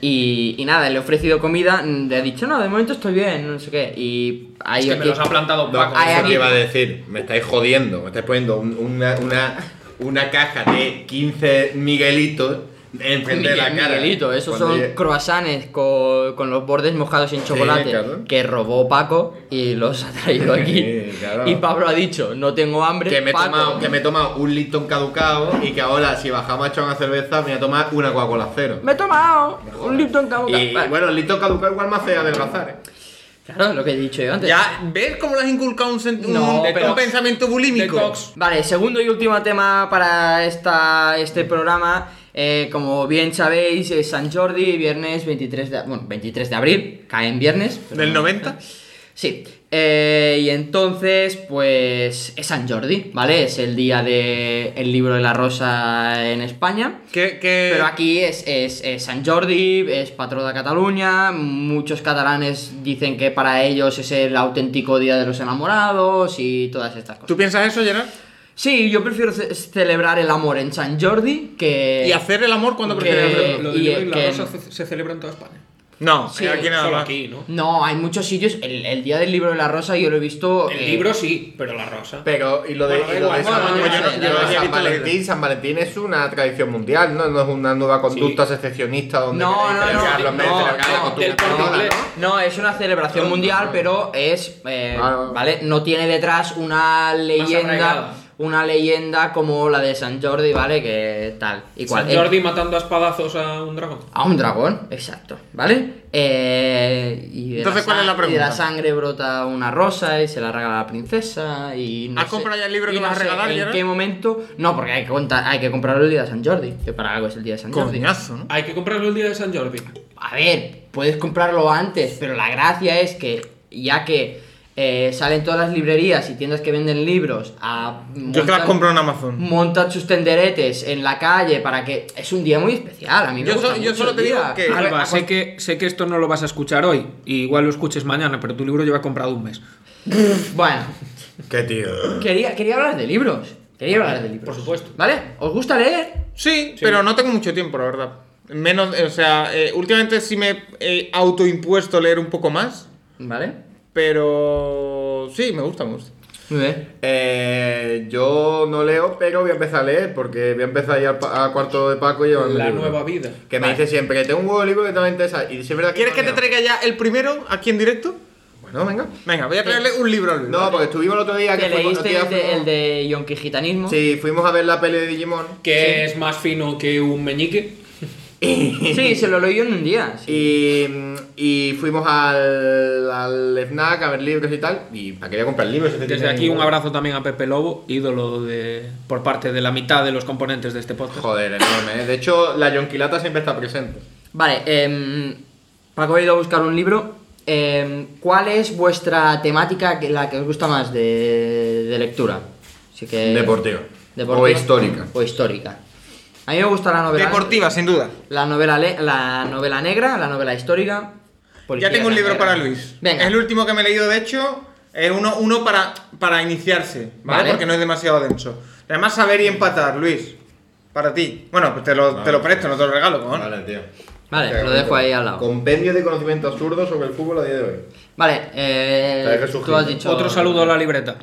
[SPEAKER 2] Y, y nada, le he ofrecido comida, mm, le he dicho, no, de momento estoy bien, no sé qué. Y ahí
[SPEAKER 5] Es que me
[SPEAKER 2] aquí-
[SPEAKER 5] los ha plantado
[SPEAKER 3] No,
[SPEAKER 5] Paco.
[SPEAKER 2] Ay,
[SPEAKER 3] eso
[SPEAKER 2] aquí-
[SPEAKER 3] que iba a decir, me estáis jodiendo, me estáis poniendo un- una, una, una caja de 15 Miguelitos enfrente de la
[SPEAKER 2] Miguel-
[SPEAKER 3] cara. ¿eh?
[SPEAKER 2] Miguelito, esos
[SPEAKER 3] Cuando
[SPEAKER 2] son
[SPEAKER 3] llegue-
[SPEAKER 2] croissants con, con los bordes mojados en chocolate
[SPEAKER 3] claro.
[SPEAKER 2] que robó Paco y los ha traído aquí.
[SPEAKER 3] Sí, claro.
[SPEAKER 2] Y Pablo ha dicho, no tengo hambre.
[SPEAKER 3] que me, he
[SPEAKER 2] Paco".
[SPEAKER 3] tomado, que me he tomado un Lipton caducado y que ahora si bajamos a echar una cerveza me voy a tomar una Coca-Cola cero.
[SPEAKER 2] Me he tomado un Lipton Caduca.
[SPEAKER 3] Y
[SPEAKER 2] Vale.
[SPEAKER 3] bueno, el Lipton caducado igual me hace adelgazar, ¿eh?
[SPEAKER 2] Claro, lo que he dicho yo antes.
[SPEAKER 4] Ya, ¿ves cómo le has inculcado un, sent- un-
[SPEAKER 2] No,
[SPEAKER 4] un
[SPEAKER 2] pero-
[SPEAKER 4] pensamiento bulímico?
[SPEAKER 5] Detox.
[SPEAKER 2] Vale, segundo y último tema para esta, este programa. Eh, como bien sabéis, es San Jordi, viernes 23 de, bueno, 23 de abril, cae en viernes. pero-
[SPEAKER 4] ¿Del 90?
[SPEAKER 2] Sí. Eh, y entonces, pues es San Jordi, ¿vale? Es el día del el libro de la rosa en España.
[SPEAKER 4] Que, que-
[SPEAKER 2] Pero aquí es, es- es San Jordi, es patrón de Cataluña, muchos catalanes dicen que para ellos es el auténtico Día de los Enamorados y todas estas cosas.
[SPEAKER 4] ¿Tú piensas eso, Gerard?
[SPEAKER 2] Sí, yo prefiero ce- celebrar el amor en San Jordi que...
[SPEAKER 4] ¿Y hacer el amor cuando
[SPEAKER 2] que-
[SPEAKER 4] prefieres hacerlo?
[SPEAKER 5] Lo del
[SPEAKER 2] y,
[SPEAKER 5] libro y
[SPEAKER 2] eh,
[SPEAKER 5] la
[SPEAKER 2] que-
[SPEAKER 5] rosa se, se celebra en toda España.
[SPEAKER 4] No,
[SPEAKER 2] Sí,
[SPEAKER 4] aquí nada
[SPEAKER 5] Solo
[SPEAKER 4] más.
[SPEAKER 5] aquí, ¿no?
[SPEAKER 2] No, hay muchos sitios, el, el Día del Libro de la Rosa yo lo he visto...
[SPEAKER 5] El
[SPEAKER 2] eh,
[SPEAKER 5] libro sí, pero la rosa.
[SPEAKER 3] Pero, y lo de,
[SPEAKER 5] Bueno,
[SPEAKER 3] y lo de
[SPEAKER 5] igual,
[SPEAKER 3] San,
[SPEAKER 5] bueno,
[SPEAKER 3] y lo
[SPEAKER 5] yo no-
[SPEAKER 3] de
[SPEAKER 5] yo no
[SPEAKER 3] San
[SPEAKER 4] había visto
[SPEAKER 3] Valentín,
[SPEAKER 4] leído.
[SPEAKER 3] San Valentín es una tradición mundial, ¿no? No es una nueva conducta secessionista donde
[SPEAKER 2] No, no,
[SPEAKER 3] queréis
[SPEAKER 2] no,
[SPEAKER 3] celebrar los
[SPEAKER 2] no,
[SPEAKER 3] meses,
[SPEAKER 2] no,
[SPEAKER 3] celebrar la
[SPEAKER 2] no,
[SPEAKER 3] costumbre
[SPEAKER 5] del Corte
[SPEAKER 3] española,
[SPEAKER 5] Inglés.
[SPEAKER 3] ¿no?
[SPEAKER 2] No, es una celebración mundial, pero es, eh,
[SPEAKER 3] Vale, vale.
[SPEAKER 2] ¿vale? No tiene detrás una leyenda,
[SPEAKER 5] arraigada.
[SPEAKER 2] una leyenda como la de San Jordi, ¿vale? Que tal y cual.
[SPEAKER 5] San
[SPEAKER 2] Eh,
[SPEAKER 5] Jordi matando a espadazos a un dragón.
[SPEAKER 2] a un dragón, exacto, ¿vale? Eh, y de
[SPEAKER 4] Entonces,
[SPEAKER 2] la
[SPEAKER 4] ¿cuál es
[SPEAKER 2] sang-
[SPEAKER 4] la pregunta?
[SPEAKER 2] Y de la sangre brota una rosa y se la regala a la princesa y no
[SPEAKER 4] ¿Has
[SPEAKER 2] sé-
[SPEAKER 4] comprado ya el libro
[SPEAKER 2] y
[SPEAKER 4] que
[SPEAKER 2] no
[SPEAKER 4] vas a
[SPEAKER 2] sé
[SPEAKER 4] regalar,
[SPEAKER 2] ¿En
[SPEAKER 4] Gerard?
[SPEAKER 2] qué momento? No, porque hay que, contar- hay que comprarlo el día de San Jordi, que para algo es el día de San Jordi.
[SPEAKER 4] Coñazo, ¿no?
[SPEAKER 5] Hay que comprarlo el día de San Jordi.
[SPEAKER 2] A ver, puedes comprarlo antes, pero la gracia es que ya que eh, salen todas las librerías y tiendas que venden libros a
[SPEAKER 4] Yo es que las compro en Amazon.
[SPEAKER 2] montan sus tenderetes en la calle para que es un día muy especial. A mí me
[SPEAKER 4] Yo
[SPEAKER 2] gusta
[SPEAKER 4] so- yo
[SPEAKER 2] mucho
[SPEAKER 4] solo
[SPEAKER 2] el
[SPEAKER 4] te digo
[SPEAKER 2] día.
[SPEAKER 4] que- Eh,
[SPEAKER 5] Alba,
[SPEAKER 4] a-
[SPEAKER 5] sé que, sé que esto no lo vas a escuchar hoy, y igual lo escuches mañana, pero tu libro lleva comprado un mes.
[SPEAKER 2] Bueno,
[SPEAKER 3] Qué tío.
[SPEAKER 2] quería, quería hablar de libros. Quería hablar de
[SPEAKER 5] por
[SPEAKER 2] libros.
[SPEAKER 5] supuesto.
[SPEAKER 2] ¿Vale? ¿Os gusta leer?
[SPEAKER 4] Sí, pero no tengo mucho tiempo, la verdad. Menos, eh, o sea, eh, últimamente sí me he eh, autoimpuesto leer un poco más,
[SPEAKER 2] ¿Vale?
[SPEAKER 4] pero sí, me gusta, me gusta.
[SPEAKER 2] Muy bien.
[SPEAKER 3] Eh, yo no leo, pero voy a empezar a leer, porque voy a empezar ya a cuarto de Paco y llevarme
[SPEAKER 5] La
[SPEAKER 3] el libro.
[SPEAKER 5] nueva vida.
[SPEAKER 3] Que me dice siempre, tengo un huevo de libro que te va a interesar. Y siempre aquí
[SPEAKER 4] ¿Quieres
[SPEAKER 3] no
[SPEAKER 4] que te
[SPEAKER 3] leo.
[SPEAKER 4] traiga ya el primero aquí en directo?
[SPEAKER 3] Bueno, venga.
[SPEAKER 4] Venga, voy a traerle un libro al
[SPEAKER 3] No, porque estuvimos el otro día que
[SPEAKER 2] ¿Te
[SPEAKER 3] fuimos-
[SPEAKER 2] leíste el
[SPEAKER 3] otro día
[SPEAKER 2] de,
[SPEAKER 3] fuimos-
[SPEAKER 2] el de Yonkigitanismo?
[SPEAKER 3] Sí, fuimos a ver la peli de Digimon.
[SPEAKER 5] Que es más fino que un meñique.
[SPEAKER 2] Sí, se lo leí yo en un día. sí.
[SPEAKER 3] Y, y fuimos al, al FNAC a ver libros y tal. Y para quería comprar libros. ese
[SPEAKER 5] Desde
[SPEAKER 3] tiene
[SPEAKER 5] aquí un
[SPEAKER 3] ningún-
[SPEAKER 5] abrazo también a Pepe Lobo, ídolo de por parte de la mitad de los componentes de este podcast.
[SPEAKER 3] Joder, enorme. ¿eh? De hecho, la yonquilata siempre está presente.
[SPEAKER 2] Vale, em, Paco ha ido a buscar un libro. Em, ¿Cuál es vuestra temática, que- la que os gusta más de, de lectura? Así que,
[SPEAKER 3] Deportiva.
[SPEAKER 2] deportiva
[SPEAKER 3] O histórica.
[SPEAKER 2] O histórica. A mí me gusta la novela.
[SPEAKER 4] Deportiva, sin duda.
[SPEAKER 2] La novela, le- la novela negra, la novela histórica.
[SPEAKER 4] Ya
[SPEAKER 2] policía
[SPEAKER 4] tengo un libro
[SPEAKER 2] negra.
[SPEAKER 4] para Luis.
[SPEAKER 2] Venga.
[SPEAKER 4] Es el último que me he leído, de hecho. Es uno, uno para, para iniciarse, ¿vale?
[SPEAKER 2] Vale.
[SPEAKER 4] Porque no es demasiado denso. Además, saber y empatar, Luis. Para ti. Bueno, pues te lo, te lo presto, no te lo regalo, cojón.
[SPEAKER 3] tío.
[SPEAKER 2] Vale,
[SPEAKER 3] Te
[SPEAKER 2] lo dejo ahí al lado.
[SPEAKER 3] Compendio de conocimiento absurdo sobre el fútbol a día de hoy.
[SPEAKER 2] Vale, eh,
[SPEAKER 3] Te dejo
[SPEAKER 2] tú
[SPEAKER 3] sujeto.
[SPEAKER 2] has dicho...
[SPEAKER 5] Otro saludo a la
[SPEAKER 3] [laughs]
[SPEAKER 5] libreta.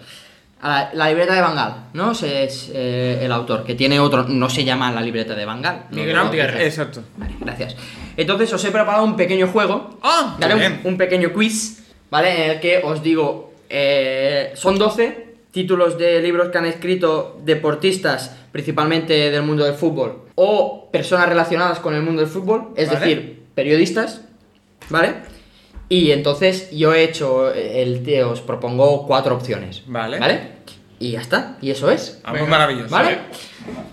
[SPEAKER 2] A la, la libreta de Bangal, ¿no? Ese es eh, el autor, que tiene otro... No se llama la libreta de Bangal.
[SPEAKER 5] Miguel
[SPEAKER 2] no,
[SPEAKER 5] Gutiérrez.
[SPEAKER 4] Exacto.
[SPEAKER 2] Vale, gracias. Entonces os he preparado un pequeño juego.
[SPEAKER 4] ¡Ah!
[SPEAKER 2] ¿vale?
[SPEAKER 4] Bien.
[SPEAKER 2] Un, un pequeño quiz, ¿vale? En el que os digo, eh, son 12, títulos de libros que han escrito deportistas, principalmente del mundo del fútbol, o personas relacionadas con el mundo del fútbol, es
[SPEAKER 4] Vale.
[SPEAKER 2] decir, periodistas, ¿vale? Y entonces yo he hecho el te- os propongo cuatro opciones.
[SPEAKER 4] Vale.
[SPEAKER 2] Y ya está, y eso es.
[SPEAKER 4] Ah,
[SPEAKER 5] Venga.
[SPEAKER 4] muy maravilloso.
[SPEAKER 2] ¿Vale?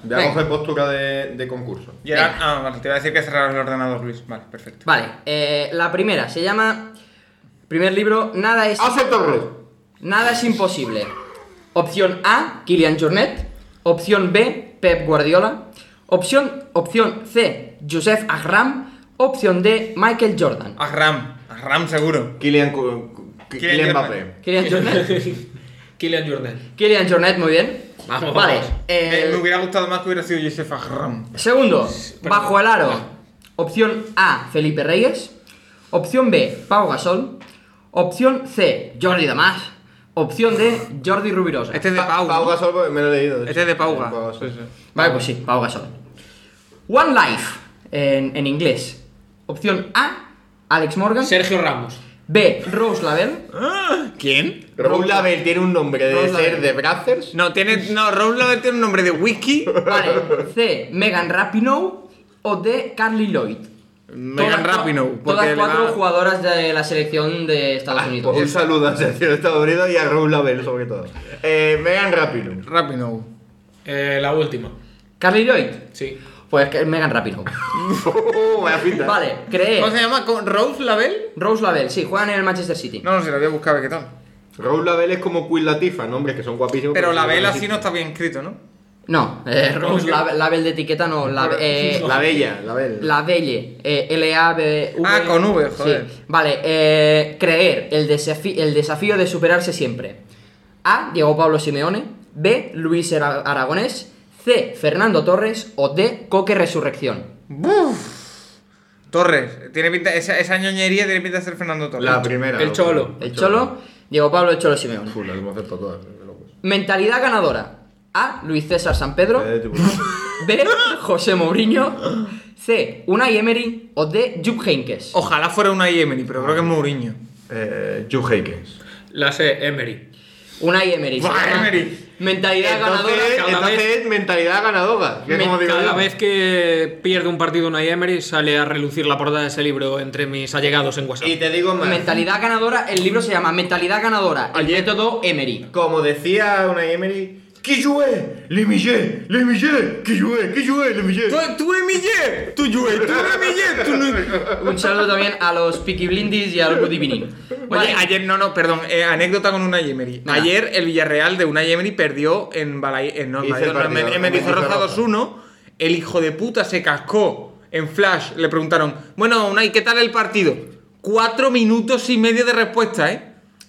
[SPEAKER 3] Voy a
[SPEAKER 2] Venga.
[SPEAKER 3] coger postura de, de concurso.
[SPEAKER 4] Gerard,
[SPEAKER 2] Venga.
[SPEAKER 4] ah, vale, te iba a decir que cerrar el ordenador, Luis. Vale, perfecto.
[SPEAKER 2] Vale, eh, la primera se llama primer libro Nada es
[SPEAKER 3] Acepto el reto.
[SPEAKER 2] Nada es imposible. Opción A, Kylian Jornet. Opción B, Pep Guardiola. Opción, opción C, Joseph Ahram. Opción D, Michael Jordan.
[SPEAKER 4] Ahram, Ahram seguro.
[SPEAKER 3] Kylian, Cu- Cu-
[SPEAKER 4] Kylian
[SPEAKER 3] Kylian
[SPEAKER 4] Jordan.
[SPEAKER 3] Mbappé.
[SPEAKER 2] Kylian
[SPEAKER 5] [laughs]
[SPEAKER 2] Jornet.
[SPEAKER 5] Kylian Jordan.
[SPEAKER 2] Kylian Jornet, muy bien.
[SPEAKER 5] Vamos.
[SPEAKER 2] Vale. eh,
[SPEAKER 4] Me, me hubiera gustado más que hubiera sido Joseph Ahram.
[SPEAKER 2] Segundo,
[SPEAKER 5] perdón.
[SPEAKER 2] bajo el aro. Opción A, Felipe Reyes. Opción B, Pau Gasol. Opción C, Jordi Damas. Opción D, Jordi Rubirosa.
[SPEAKER 4] Este es de Pau.
[SPEAKER 3] Pau
[SPEAKER 4] ¿no?
[SPEAKER 3] Gasol, me lo he leído. de
[SPEAKER 4] Este es de
[SPEAKER 3] hecho.
[SPEAKER 4] Pauga.
[SPEAKER 3] Gasol.
[SPEAKER 4] Sí, sí.
[SPEAKER 2] Vale, pues sí, Pau Gasol. One Life, en, en inglés. Opción A, Alex Morgan.
[SPEAKER 5] Sergio Ramos.
[SPEAKER 2] B, Rose Lavelle.
[SPEAKER 4] ¿Quién?
[SPEAKER 3] Raúl Label tiene un nombre de
[SPEAKER 2] Raúl
[SPEAKER 3] ser
[SPEAKER 2] Label.
[SPEAKER 3] de Brazzers.
[SPEAKER 4] No, tiene. No, Rose Lover tiene un nombre de whisky.
[SPEAKER 2] Vale, C, Megan Rapinoe. O D, Carly Lloyd.
[SPEAKER 4] Megan
[SPEAKER 2] Todas-
[SPEAKER 4] Rapinoe.
[SPEAKER 2] Todas
[SPEAKER 4] Porque le Ah, pues-
[SPEAKER 2] cuatro
[SPEAKER 4] va-
[SPEAKER 2] jugadoras de la selección de Estados Unidos.
[SPEAKER 3] Un saludo a Sergio de Estados Unidos y a Raúl Label, sobre todo. Eh, Megan
[SPEAKER 4] [laughs]
[SPEAKER 3] Rapinoe.
[SPEAKER 4] Rapinoe.
[SPEAKER 5] Eh, la última.
[SPEAKER 2] Carly Lloyd.
[SPEAKER 5] Sí.
[SPEAKER 2] Pues que Megan
[SPEAKER 4] [laughs]
[SPEAKER 2] Rapinoe.
[SPEAKER 3] Oh, vaya pinta.
[SPEAKER 2] Vale, creé.
[SPEAKER 4] ¿Cómo se llama? ¿Con- ¿Rose Label?
[SPEAKER 2] Rose Lavelle, sí, juegan en el Manchester City.
[SPEAKER 4] No, no sé, la voy a buscar a ver qué tal.
[SPEAKER 3] Raúl Label es como Queen Latifa, nombres que son guapísimos.
[SPEAKER 4] Pero
[SPEAKER 3] la
[SPEAKER 4] Label así no está bien escrito, ¿no?
[SPEAKER 2] No,
[SPEAKER 4] [laughs]
[SPEAKER 2] eh, Rose
[SPEAKER 5] que-
[SPEAKER 2] Lave- Lavelle de etiqueta no. La, eh,
[SPEAKER 3] La bella, la bella.
[SPEAKER 2] La eh, Belle, L-A-B.
[SPEAKER 4] Ah, con V, joder.
[SPEAKER 2] E. Vale, eh, creer, el, desafi- el desafío de superarse siempre. A. Diego Pablo Simeone. B. Luis Ara- Aragonés. C. Fernando Torres. O D. Coque Resurrección.
[SPEAKER 4] Buf. Torres. Tiene pinta, esa, esa ñoñería tiene pinta de ser Fernando Torres.
[SPEAKER 3] La primera.
[SPEAKER 5] El
[SPEAKER 3] ¿no?
[SPEAKER 5] Cholo.
[SPEAKER 2] El Cholo, Diego Pablo, el Cholo Simeone.
[SPEAKER 3] Uf, las hemos aceptado todas, de locos.
[SPEAKER 2] Mentalidad ganadora. A. Luis César San Pedro.
[SPEAKER 3] Eh, tipo-
[SPEAKER 2] B. José Mourinho. C. Unai Emery. O D. Jupp Heynckes.
[SPEAKER 4] Ojalá fuera una Yemeni, pero creo que es Mourinho.
[SPEAKER 3] Eh, Joe Haykins.
[SPEAKER 5] La sé, Emery.
[SPEAKER 2] Unai Emery. se
[SPEAKER 4] Buah,
[SPEAKER 2] llama.
[SPEAKER 4] Emery.
[SPEAKER 2] Mentalidad ganadora.
[SPEAKER 3] Entonces,
[SPEAKER 5] cada
[SPEAKER 3] entonces
[SPEAKER 5] vez-
[SPEAKER 3] es mentalidad ganadora. Que es
[SPEAKER 2] Me-
[SPEAKER 3] como digo
[SPEAKER 5] Cada
[SPEAKER 3] yo.
[SPEAKER 5] vez que pierde un partido una Emery sale a relucir la portada de ese libro entre mis allegados en WhatsApp.
[SPEAKER 3] Y te digo más.
[SPEAKER 2] Mentalidad ganadora, el libro se llama Mentalidad ganadora, el método Emery.
[SPEAKER 3] Como decía una Emery. Que joué, le millé, le millé, que joué, que joué, le millé.
[SPEAKER 4] tú eres Millet, tú Yue, tú eres Millet, tú no-
[SPEAKER 2] Un saludo también a los Peaky Blindis y al Woody Benin.
[SPEAKER 4] Oye, ayer, no, no, perdón, eh, anécdota con una Emery.
[SPEAKER 2] Venga.
[SPEAKER 4] Ayer el Villarreal de una Emery perdió en Balai, en no, en
[SPEAKER 3] Hice
[SPEAKER 4] Balai-
[SPEAKER 3] el
[SPEAKER 4] no, en
[SPEAKER 3] partido,
[SPEAKER 4] en
[SPEAKER 3] en Mendizorroza.
[SPEAKER 4] Mendizorroza 2-1. El hijo de puta se cascó en Flash. Le preguntaron, bueno, Unai, ¿qué tal el partido? Cuatro minutos y medio de respuesta, ¿eh?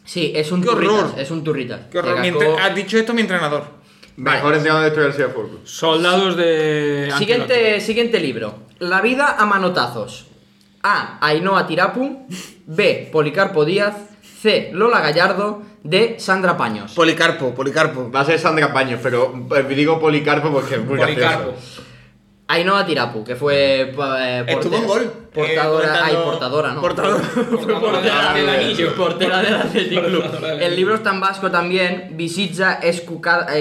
[SPEAKER 2] Sí, es un
[SPEAKER 4] Qué horror.
[SPEAKER 2] turritas, es un turritas.
[SPEAKER 4] Qué horror.
[SPEAKER 2] Te
[SPEAKER 4] Mi
[SPEAKER 2] cascó-
[SPEAKER 4] entre- Has dicho esto mi entrenador.
[SPEAKER 3] Mejor entrenador de historia del Sea Fútbol.
[SPEAKER 5] Soldados de. [laughs] Ancelotti.
[SPEAKER 2] Siguiente, siguiente libro. La vida a manotazos. A. Ainhoa Tirapu. B. Policarpo Díaz. C. Lola Gallardo. D. Sandra Paños.
[SPEAKER 4] Policarpo, Policarpo.
[SPEAKER 3] Va a ser Sandra Paños, pero eh, digo Policarpo porque es muy
[SPEAKER 5] Policarpo.
[SPEAKER 3] gracioso.
[SPEAKER 2] Ainhoa Tirapu, que fue. eh,
[SPEAKER 4] Estuvo
[SPEAKER 2] porte-
[SPEAKER 4] en gol.
[SPEAKER 2] Portadora.
[SPEAKER 4] Eh,
[SPEAKER 2] ay,
[SPEAKER 4] comentando-
[SPEAKER 2] portadora, no.
[SPEAKER 4] Portadora.
[SPEAKER 5] Portadora del anillo.
[SPEAKER 2] Portera del Athletic Club.
[SPEAKER 5] Portadora del
[SPEAKER 2] El libro está en vasco también. Visitza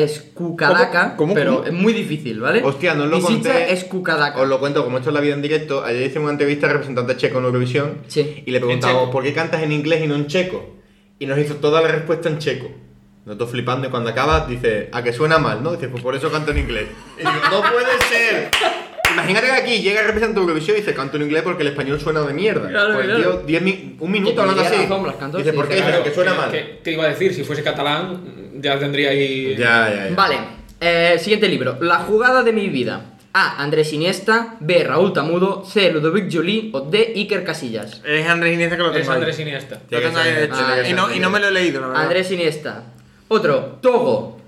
[SPEAKER 2] Escucadaca.
[SPEAKER 4] ¿Cómo? ¿Cómo?
[SPEAKER 2] Pero
[SPEAKER 4] ¿Cómo?
[SPEAKER 2] es muy difícil, ¿vale?
[SPEAKER 3] Hostia, no os lo
[SPEAKER 2] Visitza
[SPEAKER 3] conté.
[SPEAKER 2] Escucadaca.
[SPEAKER 3] Os lo cuento, como esto es la vida en directo, ayer hice una entrevista al representante checo en Eurovisión
[SPEAKER 2] Sí.
[SPEAKER 3] y le
[SPEAKER 4] En
[SPEAKER 3] preguntamos
[SPEAKER 4] checo.
[SPEAKER 3] ¿por qué cantas en inglés y no en checo? Y nos hizo toda la respuesta en checo. Nosotros flipando y cuando acaba dice, a que suena mal, ¿no? Dice, pues por eso canto en inglés. Y digo, no puede ser. Imagínate que aquí llega el representante de Eurovisión y dice, canto en inglés porque el español suena de mierda.
[SPEAKER 5] Claro,
[SPEAKER 3] pues
[SPEAKER 5] claro.
[SPEAKER 3] tío, diez mi- un minuto hablando
[SPEAKER 2] Miguel
[SPEAKER 3] así.
[SPEAKER 2] Aragón las cantó,
[SPEAKER 3] dice,
[SPEAKER 2] sí,
[SPEAKER 3] ¿por qué?
[SPEAKER 2] claro,
[SPEAKER 3] Dice, que suena mal.
[SPEAKER 5] ¿qué, qué iba a decir? Si fuese catalán, ya tendría ahí.
[SPEAKER 3] Ya, ya, ya.
[SPEAKER 2] Vale, eh, siguiente libro. La jugada de mi vida. A. Andrés Iniesta. B. Raúl Tamudo. C. Ludovic Jolie. O D. Iker Casillas.
[SPEAKER 4] Es Andrés Iniesta que lo
[SPEAKER 5] Es
[SPEAKER 4] tengo ahí.
[SPEAKER 5] Andrés Iniesta.
[SPEAKER 4] Lo tengo ahí, de hecho.
[SPEAKER 2] Ah,
[SPEAKER 4] y, no, y no me lo he leído, la verdad.
[SPEAKER 2] Andrés Iniesta. Otro. Togo.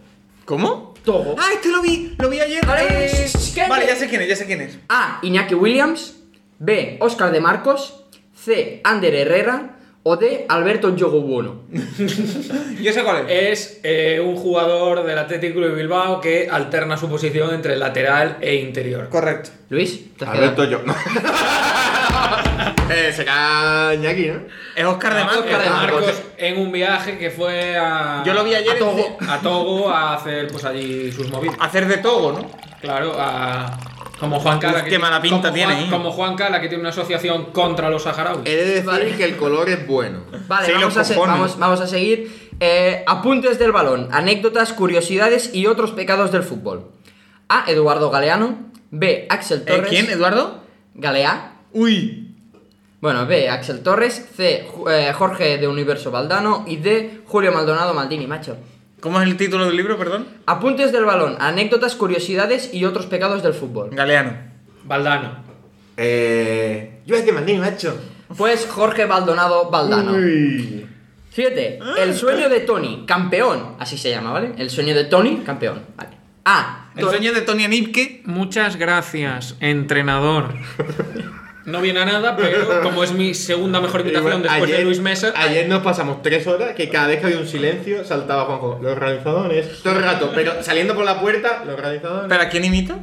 [SPEAKER 4] ¿Cómo?
[SPEAKER 2] Togo.
[SPEAKER 4] Ah, este lo vi, lo vi ayer.
[SPEAKER 2] Vale,
[SPEAKER 4] Eh,
[SPEAKER 2] sí, sí,
[SPEAKER 4] vale,
[SPEAKER 2] sí.
[SPEAKER 4] ya sé quién es, ya sé quién es.
[SPEAKER 2] A. Iñaki Williams. B. Oscar de Marcos. C. Ander Herrera. O D. Alberto Yogobuono.
[SPEAKER 4] Yo sé cuál es.
[SPEAKER 5] Es eh, un jugador del Atlético de Bilbao que alterna su posición entre lateral e interior.
[SPEAKER 4] Correcto.
[SPEAKER 2] Luis, te has
[SPEAKER 3] Alberto
[SPEAKER 2] quedado.
[SPEAKER 3] yo. [laughs] Eh, será Iñaki, ¿no?
[SPEAKER 4] Es Oscar de Marcos.
[SPEAKER 5] Oscar de
[SPEAKER 3] Ah,
[SPEAKER 5] Marcos
[SPEAKER 3] entonces-
[SPEAKER 5] en un viaje que fue a.
[SPEAKER 4] Yo lo vi ayer
[SPEAKER 5] a
[SPEAKER 4] en-
[SPEAKER 5] Togo, a Togo a hacer pues allí sus movidas.
[SPEAKER 4] Hacer de Togo, ¿no?
[SPEAKER 5] Claro, a. Como Juan Cala.
[SPEAKER 4] Uf, qué mala pinta
[SPEAKER 5] como
[SPEAKER 4] tiene,
[SPEAKER 5] Juan-
[SPEAKER 4] ¿eh?
[SPEAKER 5] como Juan Cala, que tiene una asociación contra los saharauis.
[SPEAKER 3] He de decir
[SPEAKER 2] Vale.
[SPEAKER 3] que el color es bueno.
[SPEAKER 2] Vale,
[SPEAKER 4] Sí,
[SPEAKER 2] vamos,
[SPEAKER 4] los
[SPEAKER 2] a se-
[SPEAKER 4] cojones.
[SPEAKER 2] vamos, vamos a seguir. Eh, apuntes del balón, anécdotas, curiosidades y otros pecados del fútbol. A. Eduardo Galeano. B. Axel
[SPEAKER 4] Eh,
[SPEAKER 2] Torres.
[SPEAKER 4] ¿Quién? ¿Eduardo?
[SPEAKER 2] Galeá.
[SPEAKER 4] Uy.
[SPEAKER 2] Bueno, B. Axel Torres. C. Ju- eh, Jorge de Universo Valdano. Y D. Julio Maldonado Maldini, macho.
[SPEAKER 4] ¿Cómo es el título del libro, perdón?
[SPEAKER 2] Apuntes del balón, anécdotas, curiosidades y otros pecados del fútbol.
[SPEAKER 4] Galeano.
[SPEAKER 5] Valdano.
[SPEAKER 3] Eh. Yo es que Maldini, macho.
[SPEAKER 2] Pues Jorge Maldonado Valdano.
[SPEAKER 3] Uy.
[SPEAKER 2] Fíjate, el sueño de Tony, campeón. Así se llama, ¿vale? El sueño de Tony, campeón. Vale. A.
[SPEAKER 4] El sueño de Tony Anipke.
[SPEAKER 5] Muchas gracias, entrenador. No viene a nada, pero como es mi segunda mejor
[SPEAKER 3] Y bueno,
[SPEAKER 5] invitación después de Luis Mesa.
[SPEAKER 3] ayer nos pasamos tres horas que cada vez que había un silencio saltaba Juanjo. Los realizadores. Todo el rato, pero saliendo por la puerta, los realizadores.
[SPEAKER 4] ¿Pero a quién imita?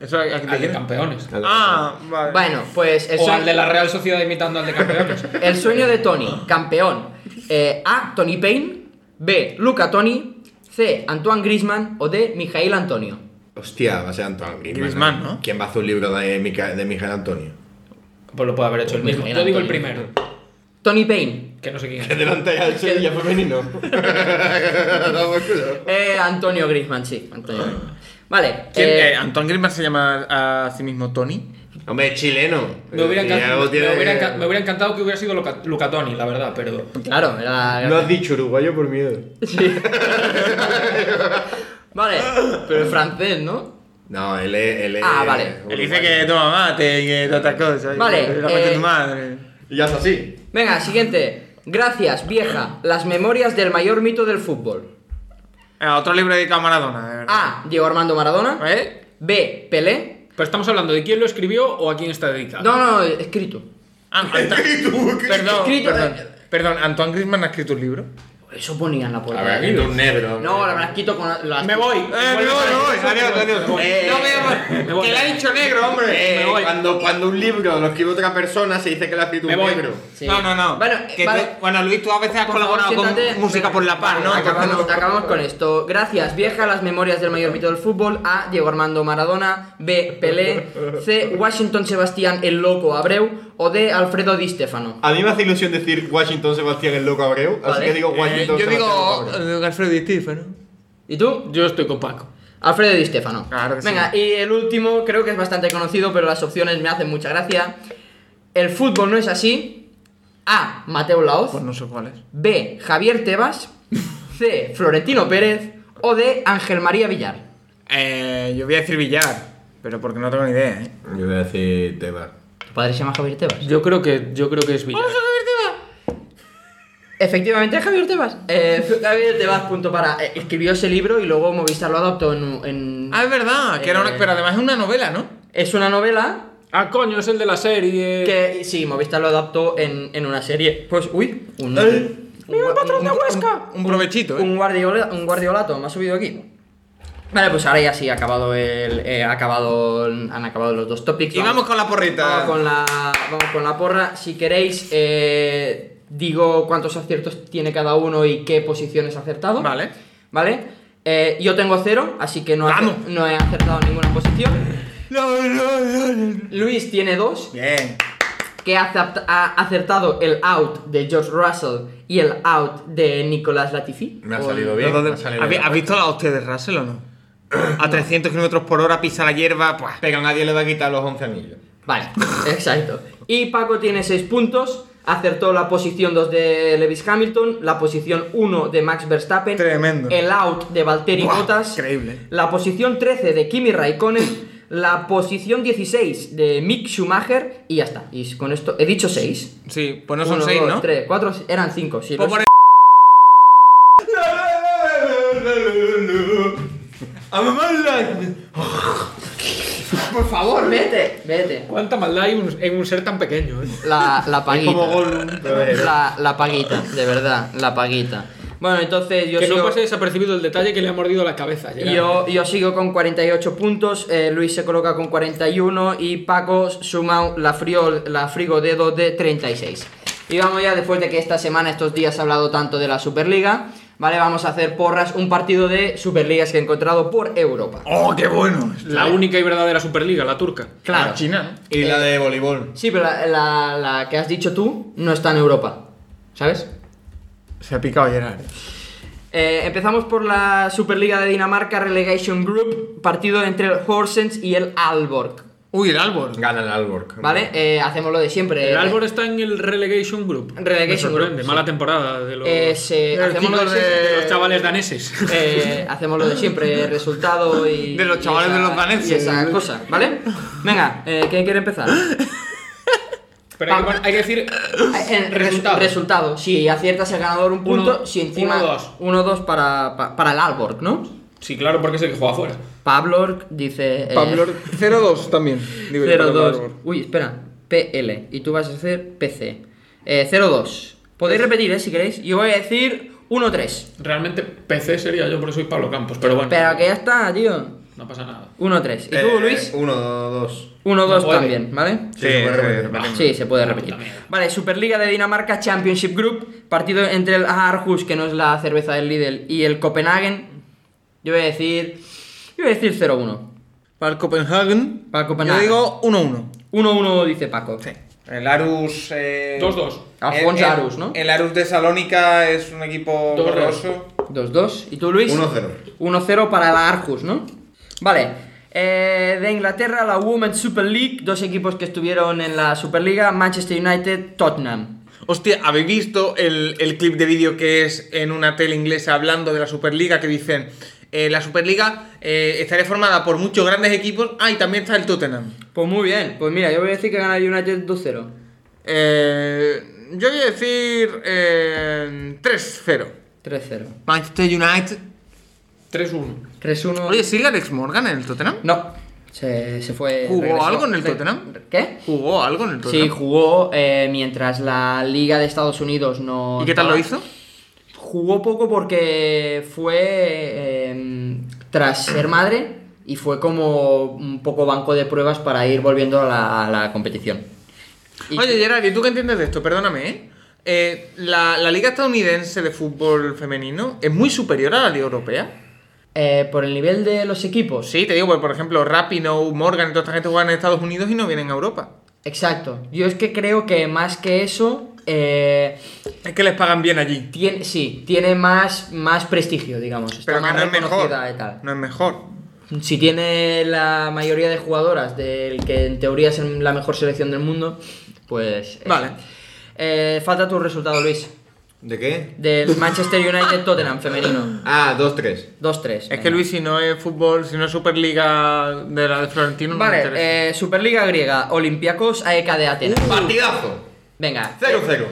[SPEAKER 4] Eso, ¿a- a- de
[SPEAKER 5] al de
[SPEAKER 4] quién?
[SPEAKER 5] campeones.
[SPEAKER 4] Ah, vale.
[SPEAKER 2] Bueno, pues el,
[SPEAKER 5] O
[SPEAKER 2] sue-
[SPEAKER 5] al de la Real Sociedad imitando al de campeones.
[SPEAKER 2] el sueño de Tony, campeón. Eh, A. Tony Payne. B. Luca Tony. C. Antoine Grisman. O D. Mijail Antonio.
[SPEAKER 3] Hostia, va a ser Antonio Griezmann.
[SPEAKER 4] Griezmann, ¿no?
[SPEAKER 3] ¿Quién va a hacer un libro de, Mica- de Miguel Antonio?
[SPEAKER 5] Pues lo puede haber hecho el mismo.
[SPEAKER 2] Mijail
[SPEAKER 5] Yo digo el
[SPEAKER 2] Antonio.
[SPEAKER 5] primero,
[SPEAKER 2] Tony Payne.
[SPEAKER 5] que no sé quién
[SPEAKER 3] Que [laughs]
[SPEAKER 5] es.
[SPEAKER 3] delante
[SPEAKER 5] [laughs]
[SPEAKER 3] del Sevilla femenino. Vamos, culo.
[SPEAKER 2] Eh, Antonio Grisman, sí. Antonio Griezmann. Vale.
[SPEAKER 4] ¿Quién,
[SPEAKER 2] eh,
[SPEAKER 4] eh, ¿Antoine Griezmann se llama a, a sí mismo Tony?
[SPEAKER 3] [laughs] Hombre, es chileno.
[SPEAKER 5] Me hubiera,
[SPEAKER 3] Y
[SPEAKER 5] encantado,
[SPEAKER 3] algo
[SPEAKER 5] me,
[SPEAKER 3] tiene-
[SPEAKER 5] hubiera enca- me hubiera encantado que hubiera sido Luca, Luca Toni, la verdad, pero.
[SPEAKER 2] Claro, era.
[SPEAKER 3] No has dicho uruguayo por miedo.
[SPEAKER 2] [laughs] Vale, pero en francés, ¿no?
[SPEAKER 3] No, él es. Él es
[SPEAKER 2] Ah, vale.
[SPEAKER 3] uruguayo.
[SPEAKER 4] Él dice que toma mate y que te atacó, ¿sabes?
[SPEAKER 2] Vale,
[SPEAKER 4] Que la parte
[SPEAKER 2] eh,
[SPEAKER 4] de tu madre.
[SPEAKER 3] Y ya es así. [laughs]
[SPEAKER 2] Venga, siguiente. Gracias, vieja. Las memorias del mayor mito del fútbol.
[SPEAKER 4] Ah, otro libro de Maradona, de verdad.
[SPEAKER 2] A. Diego Armando Maradona.
[SPEAKER 4] ¿Eh?
[SPEAKER 2] B. Pelé.
[SPEAKER 5] Pero estamos hablando de quién lo escribió o a quién está dedicado.
[SPEAKER 2] No, no, no, escrito.
[SPEAKER 4] Ah, Anta- [laughs] perdón,
[SPEAKER 2] Escrito-
[SPEAKER 4] perdón, perdón, Antoine Griezmann ha escrito un libro.
[SPEAKER 2] Eso ponía en la puerta.
[SPEAKER 3] Habrá que ir un negro.
[SPEAKER 2] No, la verdad, quito con las.
[SPEAKER 5] Me voy.
[SPEAKER 4] Eh, me voy, me voy, adiós, adiós.
[SPEAKER 3] Eh,
[SPEAKER 4] No me
[SPEAKER 5] me voy.
[SPEAKER 4] que le ha dicho negro, hombre.
[SPEAKER 3] Eh,
[SPEAKER 5] Me voy.
[SPEAKER 3] Cuando, cuando un libro lo escribe otra persona, se dice que lo ha escrito
[SPEAKER 5] Me
[SPEAKER 3] un
[SPEAKER 5] voy.
[SPEAKER 3] libro.
[SPEAKER 2] Sí.
[SPEAKER 4] No, no, no.
[SPEAKER 2] Bueno, eh,
[SPEAKER 4] Que
[SPEAKER 2] vale.
[SPEAKER 4] tú- bueno, Luis, tú a veces has
[SPEAKER 2] Por favor,
[SPEAKER 4] colaborado con
[SPEAKER 2] siéntate.
[SPEAKER 4] Música por la Paz, ¿no?
[SPEAKER 2] Vale,
[SPEAKER 4] Entonces,
[SPEAKER 2] Acabamos, acabamos con esto. Gracias, vieja. Las memorias del mayor mito del fútbol. A. Diego Armando Maradona. B. Pelé. C. Washington Sebastián el Loco Abreu. O D. Alfredo Di Stefano.
[SPEAKER 3] A mí me hace ilusión decir Washington Sebastián el loco Abreu, así
[SPEAKER 2] Vale.
[SPEAKER 3] que digo
[SPEAKER 4] eh,
[SPEAKER 3] Washington
[SPEAKER 4] yo
[SPEAKER 3] Sebastián
[SPEAKER 4] digo
[SPEAKER 3] el Loco Abreu.
[SPEAKER 4] eh, Alfredo Di Stéfano.
[SPEAKER 2] ¿Y tú?
[SPEAKER 5] Yo estoy con Paco.
[SPEAKER 2] Alfredo Di Stefano.
[SPEAKER 4] Claro que sí.
[SPEAKER 2] Venga, y el último, creo que es bastante conocido, pero las opciones me hacen mucha gracia. El fútbol no es así. A. Mateo Laoz.
[SPEAKER 4] Pues no sé cuál es.
[SPEAKER 2] B. Javier Tebas. C. Florentino Pérez. O D. Ángel María Villar.
[SPEAKER 4] Eh, yo voy a decir Villar, pero porque no tengo ni idea, ¿eh?
[SPEAKER 3] Yo voy a decir Tebas.
[SPEAKER 2] ¿Tu padre se llama Javier Tebas?
[SPEAKER 5] Yo creo que, yo creo que es Villar.
[SPEAKER 2] Efectivamente, es Javier Tebas. Eh, Javier Tebas, punto para. eh, escribió ese libro y luego Movistar lo adoptó en. en-
[SPEAKER 4] Ah, es verdad, que era una.
[SPEAKER 2] Eh.
[SPEAKER 4] Pero además es una novela, ¿no?
[SPEAKER 2] Es una novela
[SPEAKER 5] Ah, coño, es el de la serie.
[SPEAKER 2] que. Sí, Movistar lo adaptó en, en una serie. Pues, uy. Un, ¡Mira el patrón de Huesca!
[SPEAKER 4] Un provechito, ¿eh?
[SPEAKER 2] Un, guardiola, un guardiolato, me ha subido aquí. Vale, pues ahora ya sí, ha acabado el, eh, ha acabado, han acabado los dos topics.
[SPEAKER 4] Y vamos con la porrita.
[SPEAKER 2] Vamos Ah, con la, vamos con la porra. Si queréis, eh, digo cuántos aciertos tiene cada uno y qué posiciones ha acertado.
[SPEAKER 4] Vale.
[SPEAKER 2] Vale. Eh, yo tengo cero, así que no, he acer-
[SPEAKER 4] Vamos.
[SPEAKER 2] no he acertado ninguna posición. Luis tiene dos,
[SPEAKER 4] Bien.
[SPEAKER 2] que ha acert- ha acertado el out de George Russell y el out de Nicolás Latifi.
[SPEAKER 3] Me ha salido bien. me ha salido
[SPEAKER 4] ¿Habéis
[SPEAKER 3] bien.
[SPEAKER 4] ¿has visto la hostia de Russell o no? A 300 kilómetros por hora pisa la hierba, pues.
[SPEAKER 3] Pero nadie le va a quitar los 11 anillos.
[SPEAKER 4] [laughs]
[SPEAKER 2] Vale, exacto. Y Paco tiene 6 puntos. Acertó la posición 2 de Lewis Hamilton, la posición 1 de Max Verstappen,
[SPEAKER 4] Tremendo.
[SPEAKER 2] el out de Valtteri
[SPEAKER 4] Buah,
[SPEAKER 2] Bottas,
[SPEAKER 4] increíble.
[SPEAKER 2] la posición 13 de Kimi Raikkonen, la posición 16 de Mick Schumacher y ya está. Y con esto he dicho 6.
[SPEAKER 4] Sí, pues no son 6, ¿no?
[SPEAKER 2] 3, 4, eran 5. Sí, lo
[SPEAKER 4] Pues por
[SPEAKER 2] sé.
[SPEAKER 4] el-
[SPEAKER 2] por favor, vete, vete.
[SPEAKER 5] Cuánta maldad hay un- en un ser tan pequeño, eh.
[SPEAKER 2] La, la paguita.
[SPEAKER 3] Como Gollum. pero es-
[SPEAKER 2] La, la paguita, de verdad, la paguita. Bueno, entonces yo
[SPEAKER 5] que no
[SPEAKER 2] sigo...
[SPEAKER 5] pase desapercibido el detalle que le ha mordido la cabeza.
[SPEAKER 2] Y
[SPEAKER 5] Gerard.
[SPEAKER 2] Yo, yo sigo con 48 puntos, eh, Luis se coloca con 41 y Paco suma la, friol, la frigo dedo de 36. Y vamos ya, después de que esta semana, estos días, ha hablado tanto de la Superliga, ¿vale? Vamos a hacer porras un partido de Superligas que he encontrado por Europa.
[SPEAKER 7] ¡Oh, qué bueno!
[SPEAKER 5] La única y verdadera Superliga, la turca.
[SPEAKER 2] Claro.
[SPEAKER 7] La China, ¿no?
[SPEAKER 3] Y la de voleibol.
[SPEAKER 2] Sí, pero la, la- la que has dicho tú no está en Europa, ¿sabes?
[SPEAKER 7] Se ha picado Gerard.
[SPEAKER 2] Eh, empezamos por la Superliga de Dinamarca Relegation Group, partido entre el Horsens y el Alborg,
[SPEAKER 7] Uy, el Albor.
[SPEAKER 3] Gana el Alborg.
[SPEAKER 2] ¿vale? Eh, hacemos lo de siempre.
[SPEAKER 5] El
[SPEAKER 2] eh,
[SPEAKER 5] Albor está en el Relegation Group.
[SPEAKER 2] Relegation
[SPEAKER 5] Me sorprende,
[SPEAKER 2] Group, sí.
[SPEAKER 5] mala temporada de los,
[SPEAKER 2] Eh, se-
[SPEAKER 7] Los
[SPEAKER 2] hacemos, lo de
[SPEAKER 7] chicos de-
[SPEAKER 2] siempre,
[SPEAKER 5] de los chavales daneses.
[SPEAKER 2] eh, hacemos lo
[SPEAKER 5] [laughs]
[SPEAKER 2] de siempre, resultado y.
[SPEAKER 7] De los
[SPEAKER 2] y
[SPEAKER 7] chavales de los
[SPEAKER 2] Y
[SPEAKER 7] daneses.
[SPEAKER 2] esa cosa, ¿vale? Venga, eh, ¿quién
[SPEAKER 5] [laughs]
[SPEAKER 2] quiere empezar?
[SPEAKER 5] Pero hay que, pon- hay que decir
[SPEAKER 2] Eh, resu-
[SPEAKER 5] Resultado.
[SPEAKER 2] resultado. Si aciertas el ganador un
[SPEAKER 5] Uno-
[SPEAKER 2] punto, si encima.
[SPEAKER 5] uno, dos.
[SPEAKER 2] 1-2 para, pa- para el Alborg, ¿no?
[SPEAKER 5] Sí, claro, porque es el que juega afuera.
[SPEAKER 2] Pablorg dice. eh,
[SPEAKER 4] 0-2 también. digo yo, para el
[SPEAKER 2] 0-2.
[SPEAKER 4] árbol.
[SPEAKER 2] Uy, espera. PL. Y tú vas a hacer PC. Eh, 0-2. Podéis repetir, eh, si queréis. Yo voy a decir 1-3.
[SPEAKER 5] Realmente PC sería yo porque soy Pablo Campos, pero bueno,
[SPEAKER 2] Pero que ya está, tío.
[SPEAKER 5] no pasa nada.
[SPEAKER 2] 1-3. ¿Y
[SPEAKER 4] Eh,
[SPEAKER 3] Eh,
[SPEAKER 2] tú, Luis?
[SPEAKER 3] 1, 2.
[SPEAKER 2] 1-2
[SPEAKER 5] puede.
[SPEAKER 2] también, ¿vale?
[SPEAKER 3] Sí, se puede repetir.
[SPEAKER 2] Sí, se puede repetir.
[SPEAKER 5] puta mierda.
[SPEAKER 2] Vale, Superliga de Dinamarca Championship Group. Partido entre el Aarhus, que no es la cerveza del Lidl, y el Copenhagen. Yo voy a decir. Yo voy a decir 0-1.
[SPEAKER 7] Para el Copenhagen.
[SPEAKER 2] Para el
[SPEAKER 7] Yo
[SPEAKER 2] Copenhagen.
[SPEAKER 7] digo 1-1.
[SPEAKER 2] 1-1 dice Paco.
[SPEAKER 4] El Arus. Eh,
[SPEAKER 5] 2-2.
[SPEAKER 2] Alfonso
[SPEAKER 4] el-
[SPEAKER 2] Arus, ¿no?
[SPEAKER 4] El Arus de Salónica es un equipo
[SPEAKER 5] Dos,
[SPEAKER 4] horroroso.
[SPEAKER 2] 2-2. ¿Y tú, Luis?
[SPEAKER 3] 1-0.
[SPEAKER 2] 1-0 para la Arcus, ¿no? Vale. Eh, de Inglaterra, la Women's Super League. Dos equipos que estuvieron en la Superliga: Manchester United, Tottenham.
[SPEAKER 4] Hostia, ¿habéis visto el, el clip de vídeo que es en una tele inglesa hablando de la Superliga? Que dicen, eh, la Superliga eh, estaría formada por muchos grandes equipos. Ah, y también está el Tottenham.
[SPEAKER 2] Pues muy bien. Pues mira, yo voy a decir que gana el United 2-0.
[SPEAKER 4] Eh, yo voy a decir eh, 3-0.
[SPEAKER 2] 3-0.
[SPEAKER 7] Manchester United.
[SPEAKER 5] 3-1.
[SPEAKER 2] 3-1.
[SPEAKER 7] Oye, ¿sigue Alex Morgan en el Tottenham?
[SPEAKER 2] No. Se, se fue.
[SPEAKER 7] ¿Jugó
[SPEAKER 2] regresó.
[SPEAKER 7] algo en el
[SPEAKER 2] Re-
[SPEAKER 7] Tottenham?
[SPEAKER 2] ¿Qué?
[SPEAKER 7] ¿Jugó algo en el
[SPEAKER 2] Sí,
[SPEAKER 7] Tottenham?
[SPEAKER 2] jugó eh, mientras la Liga de Estados Unidos no.
[SPEAKER 7] ¿Y qué tal lo
[SPEAKER 2] estaba.
[SPEAKER 7] hizo?
[SPEAKER 2] Jugó poco porque fue eh, tras ser madre y fue como un poco banco de pruebas para ir volviendo a la, a la competición. Y-
[SPEAKER 4] Oye, Gerard, ¿y tú qué entiendes de esto? Perdóname, ¿eh? Eh, la, la liga estadounidense de fútbol femenino es muy superior a la liga europea.
[SPEAKER 2] eh, por el nivel de los equipos.
[SPEAKER 4] Sí, te digo, porque, por ejemplo, Rapinoe, Morgan y toda esta gente juegan en Estados Unidos y no vienen a Europa.
[SPEAKER 2] Exacto. Yo es que creo que más que eso, eh,
[SPEAKER 4] Es que les pagan bien allí.
[SPEAKER 2] tiene, sí, tiene más, más prestigio, digamos. Está
[SPEAKER 4] Pero que
[SPEAKER 2] más
[SPEAKER 4] no es mejor.
[SPEAKER 2] reconocida y tal.
[SPEAKER 4] No es mejor.
[SPEAKER 2] Si tiene la mayoría de jugadoras del que en teoría es la mejor selección del mundo, pues... eso.
[SPEAKER 4] Vale.
[SPEAKER 2] Eh, falta tu resultado, Luis.
[SPEAKER 3] ¿De qué?
[SPEAKER 2] Del Manchester United Tottenham femenino.
[SPEAKER 3] Ah, 2-3.
[SPEAKER 2] 2-3.
[SPEAKER 4] Es que Luis, si no es fútbol, si no es Superliga de la de Florentino, no me interesa.
[SPEAKER 2] Vale, eh, Superliga griega, Olympiacos AEK de Atenas.
[SPEAKER 3] Partidazo.
[SPEAKER 2] Venga.
[SPEAKER 3] 0-0.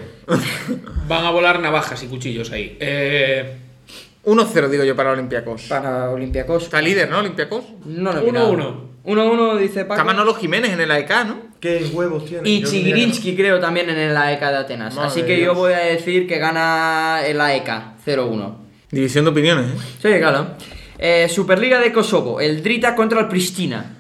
[SPEAKER 5] Van a volar navajas y cuchillos ahí. Eh,
[SPEAKER 4] 1-0, digo yo, para Olympiacos.
[SPEAKER 2] Para Olympiacos.
[SPEAKER 4] Está líder, ¿no? Olympiacos.
[SPEAKER 2] No lo he
[SPEAKER 5] 1-1.
[SPEAKER 2] mirado. 1-1 dice
[SPEAKER 4] Está
[SPEAKER 2] Paco.
[SPEAKER 4] Manolo Jiménez en el AEK, ¿no?
[SPEAKER 3] ¿Qué huevos tiene?
[SPEAKER 2] Y
[SPEAKER 3] Yo diría que no.
[SPEAKER 2] Chigrinsky creo también en el AEK de Atenas.
[SPEAKER 4] Madre
[SPEAKER 2] Así que yo
[SPEAKER 4] Dios.
[SPEAKER 2] voy a decir que gana el E AEK 0-1.
[SPEAKER 4] División de opiniones, ¿eh?
[SPEAKER 2] Sí, claro. Eh, Superliga de Kosovo, el Drita contra el Pristina.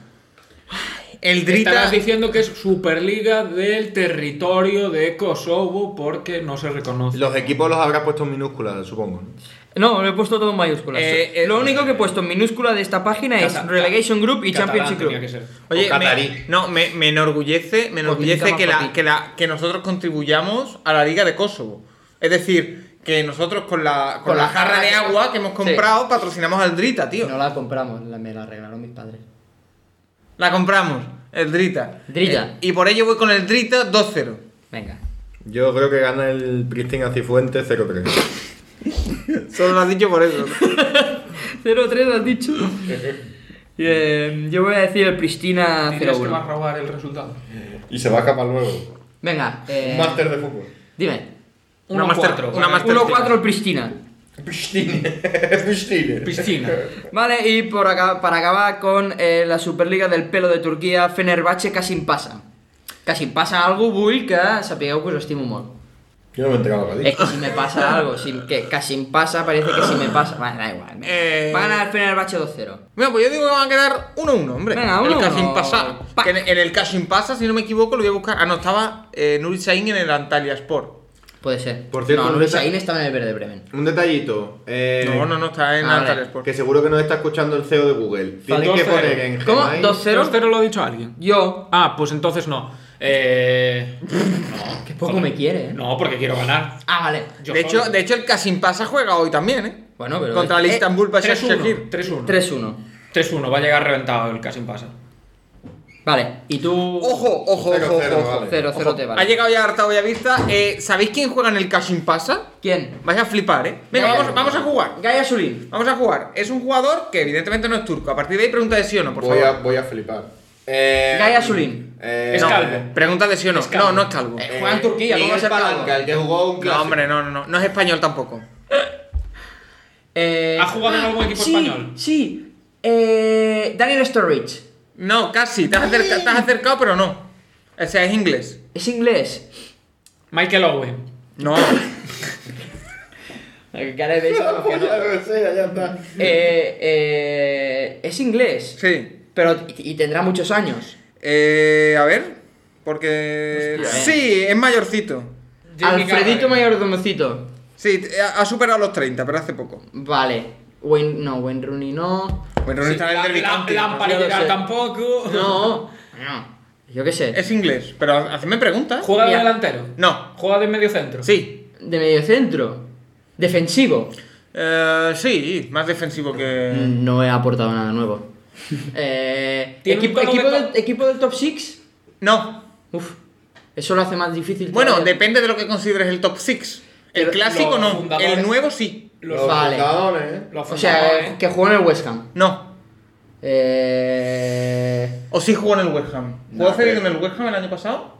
[SPEAKER 4] El Drita.
[SPEAKER 5] Estabas diciendo que es Superliga del territorio de Kosovo porque no se reconoce.
[SPEAKER 3] Los equipos los habrá puesto en minúsculas, supongo. ¿no?
[SPEAKER 2] No, lo he puesto todo en mayúsculas.
[SPEAKER 4] Eh, eh,
[SPEAKER 2] lo único que he puesto en minúscula de esta página es
[SPEAKER 5] Cata-
[SPEAKER 2] Relegation Group y
[SPEAKER 5] Catalán
[SPEAKER 2] Championship
[SPEAKER 5] tenía
[SPEAKER 2] Group.
[SPEAKER 5] que ser.
[SPEAKER 4] Oye,
[SPEAKER 3] O catarí.
[SPEAKER 4] me, no, me, me enorgullece, me enorgullece
[SPEAKER 2] Potica
[SPEAKER 4] que, la,
[SPEAKER 2] Mapatic.
[SPEAKER 4] que, la- que nosotros contribuyamos a la Liga de Kosovo. Es decir, que nosotros con la, con la jarra de agua que hemos comprado patrocinamos al Drita, tío.
[SPEAKER 2] No la compramos, la- me la regalaron mis padres.
[SPEAKER 4] La compramos, el Drita.
[SPEAKER 2] Drita.
[SPEAKER 4] Eh, y por ello voy con el Drita 2-0.
[SPEAKER 2] Venga. [laughs]
[SPEAKER 3] Yo creo que gana el Pristina Cifuentes 0-3.
[SPEAKER 4] Solo lo has dicho por eso.
[SPEAKER 2] 0-3 has dicho. Eh, yo voy a decir el Pristina
[SPEAKER 5] Dirías que vas a
[SPEAKER 2] 0-1.
[SPEAKER 5] robar el resultado.
[SPEAKER 3] y se va a escapar luego.
[SPEAKER 2] Venga, eh,
[SPEAKER 3] Un máster de fútbol.
[SPEAKER 2] dime.
[SPEAKER 4] [laughs] Una master,
[SPEAKER 5] 1-4,
[SPEAKER 4] una
[SPEAKER 5] vale.
[SPEAKER 4] master.
[SPEAKER 2] 1-4 el Pristina.
[SPEAKER 3] [laughs] Pristina. Pristina.
[SPEAKER 5] Piscina.
[SPEAKER 2] [laughs] Vale, y por acá, para acabar con eh, la Superliga del pelo de Turquía, Fenerbahçe casi pasa. Casi pasa algo, Bull, que s'apigueu que us estimo molt.
[SPEAKER 3] Yo no me he enterado de lo que ha
[SPEAKER 2] Es
[SPEAKER 3] dicho.
[SPEAKER 2] que si me pasa algo, si, que casi me pasa, parece que si me pasa. Vale, da igual.
[SPEAKER 4] Eh.
[SPEAKER 2] Van a ganar el Fenerbahce 2-0.
[SPEAKER 4] Bueno, pues yo digo que van a quedar 1-1, hombre.
[SPEAKER 2] Venga,
[SPEAKER 4] el
[SPEAKER 2] 1-1.
[SPEAKER 4] Cashin pasa.
[SPEAKER 2] Pa.
[SPEAKER 4] que en, en el Cashin pasa, si no me equivoco, lo voy a buscar. Ah, no, estaba eh, Nuri Sahin en el Antalya Sport.
[SPEAKER 2] Puede ser.
[SPEAKER 3] Por cierto,
[SPEAKER 2] no,
[SPEAKER 3] un
[SPEAKER 2] Luis
[SPEAKER 3] detalle-
[SPEAKER 2] Aín estaba en el verde Bremen.
[SPEAKER 3] Un detallito. eh,
[SPEAKER 4] No, no, no, está en
[SPEAKER 2] Ah,
[SPEAKER 4] Antalya
[SPEAKER 2] vale.
[SPEAKER 4] Sport.
[SPEAKER 3] Que seguro que nos está escuchando el CEO de Google. Tiene
[SPEAKER 5] 2-0.
[SPEAKER 3] que poner en
[SPEAKER 2] ¿Cómo?
[SPEAKER 3] Gmail-
[SPEAKER 2] 2-0.
[SPEAKER 5] 2-0 lo ha dicho alguien.
[SPEAKER 2] Yo.
[SPEAKER 5] Ah, pues entonces no. Eh,
[SPEAKER 2] Que poco me quiere, eh.
[SPEAKER 5] no, porque quiero ganar.
[SPEAKER 2] Ah, vale.
[SPEAKER 5] Yo
[SPEAKER 4] de,
[SPEAKER 5] solo.
[SPEAKER 4] hecho, de hecho, el Cashin pasa juega hoy también, ¿eh?
[SPEAKER 2] Bueno, pero.
[SPEAKER 4] Contra el
[SPEAKER 2] Eh,
[SPEAKER 4] Istanbul Bashar Shekir.
[SPEAKER 5] 3-1. 3-1.
[SPEAKER 2] 3-1.
[SPEAKER 5] 3-1. Va a llegar reventado el Casim pasa.
[SPEAKER 2] Vale. Y tú.
[SPEAKER 4] Ojo, ojo,
[SPEAKER 3] Cero,
[SPEAKER 4] ojo,
[SPEAKER 3] cero,
[SPEAKER 4] ojo.
[SPEAKER 3] vale.
[SPEAKER 2] 0-0 te
[SPEAKER 4] Ha
[SPEAKER 2] vale.
[SPEAKER 4] llegado ya Arta Bellavista. Eh, ¿Sabéis quién juega en el Cashin pasa?
[SPEAKER 2] ¿Quién?
[SPEAKER 4] Vais a flipar, ¿eh? Venga,
[SPEAKER 2] Gaia.
[SPEAKER 4] vamos, vamos a jugar.
[SPEAKER 2] Gaia Sulin.
[SPEAKER 4] Vamos a jugar. Es un jugador que evidentemente no es turco. A partir de ahí pregunta de sí o no, por
[SPEAKER 3] Voy a,
[SPEAKER 4] favor.
[SPEAKER 3] voy a flipar. Eh,
[SPEAKER 2] Gaia Sulin.
[SPEAKER 3] eh,
[SPEAKER 5] Es
[SPEAKER 3] no,
[SPEAKER 5] calvo.
[SPEAKER 3] eh,
[SPEAKER 4] Pregunta de sí o no. No, no es calvo.
[SPEAKER 2] Eh,
[SPEAKER 3] eh,
[SPEAKER 2] Juega en Turquía, ¿cómo va a
[SPEAKER 3] Miguel
[SPEAKER 2] ser calvo?
[SPEAKER 3] Palanca, el que jugó un
[SPEAKER 4] No,
[SPEAKER 3] clásico.
[SPEAKER 4] hombre, no, no, no. No es español tampoco.
[SPEAKER 2] Eh,
[SPEAKER 5] ¿Ha jugado en algún equipo
[SPEAKER 2] sí,
[SPEAKER 5] español?
[SPEAKER 2] Sí. Eh, Daniel Sturridge.
[SPEAKER 4] No, casi. Te has, acerca- te has acercado, pero no. O sea, es inglés.
[SPEAKER 2] Es inglés.
[SPEAKER 5] Michael Owen.
[SPEAKER 4] No.
[SPEAKER 2] Cara de
[SPEAKER 3] [laughs]
[SPEAKER 2] beso, no, Eh, que no.
[SPEAKER 3] Ya lo sé, ya está.
[SPEAKER 2] Eh, eh, es inglés.
[SPEAKER 4] Sí.
[SPEAKER 2] Pero y y tendrá muchos años.
[SPEAKER 4] Eh, a ver. Porque.
[SPEAKER 2] Hostia, eh.
[SPEAKER 4] Sí, es mayorcito.
[SPEAKER 5] Jimmy Carragher.
[SPEAKER 2] Alfredito Mayordomocito.
[SPEAKER 4] Sí, t- ha ha superado los 30, pero hace poco.
[SPEAKER 2] Vale. Wayne, no, Wayne Rooney no.
[SPEAKER 5] [laughs]
[SPEAKER 4] Bueno, no
[SPEAKER 5] Sí,
[SPEAKER 4] está en el Derby
[SPEAKER 5] Lam-
[SPEAKER 4] County.
[SPEAKER 5] Lampard
[SPEAKER 2] no lo
[SPEAKER 5] llegar
[SPEAKER 2] sé.
[SPEAKER 5] tampoco.
[SPEAKER 2] No. No. Yo qué sé.
[SPEAKER 4] Es inglés, pero hacedme preguntas.
[SPEAKER 5] ¿Juega de
[SPEAKER 2] Mira.
[SPEAKER 5] delantero?
[SPEAKER 4] No.
[SPEAKER 5] ¿Juega de medio centro?
[SPEAKER 4] Sí.
[SPEAKER 2] De mediocentro. Defensivo.
[SPEAKER 4] Eh, sí, más defensivo que.
[SPEAKER 2] No he aportado
[SPEAKER 5] [laughs]
[SPEAKER 2] nada nuevo. Eh,
[SPEAKER 5] Tiene un
[SPEAKER 2] equipo,
[SPEAKER 5] tono de
[SPEAKER 2] equipo
[SPEAKER 5] to-
[SPEAKER 2] del, equipo del top 6.
[SPEAKER 4] No.
[SPEAKER 2] Uf. Eso lo hace más difícil.
[SPEAKER 4] Bueno,
[SPEAKER 2] todavía.
[SPEAKER 4] depende de lo que consideres el top 6. El
[SPEAKER 2] Pero
[SPEAKER 4] clásico
[SPEAKER 5] los
[SPEAKER 4] no,
[SPEAKER 5] fundadores-
[SPEAKER 4] el nuevo sí.
[SPEAKER 5] Los,
[SPEAKER 2] Vale.
[SPEAKER 3] jugadores, eh.
[SPEAKER 5] los
[SPEAKER 2] O sea,
[SPEAKER 5] fundadores.
[SPEAKER 2] que jugó en el West Ham.
[SPEAKER 4] No.
[SPEAKER 2] Eh...
[SPEAKER 4] O sí jugó en el West Ham. ¿Jugó cedido en el West Ham el año pasado?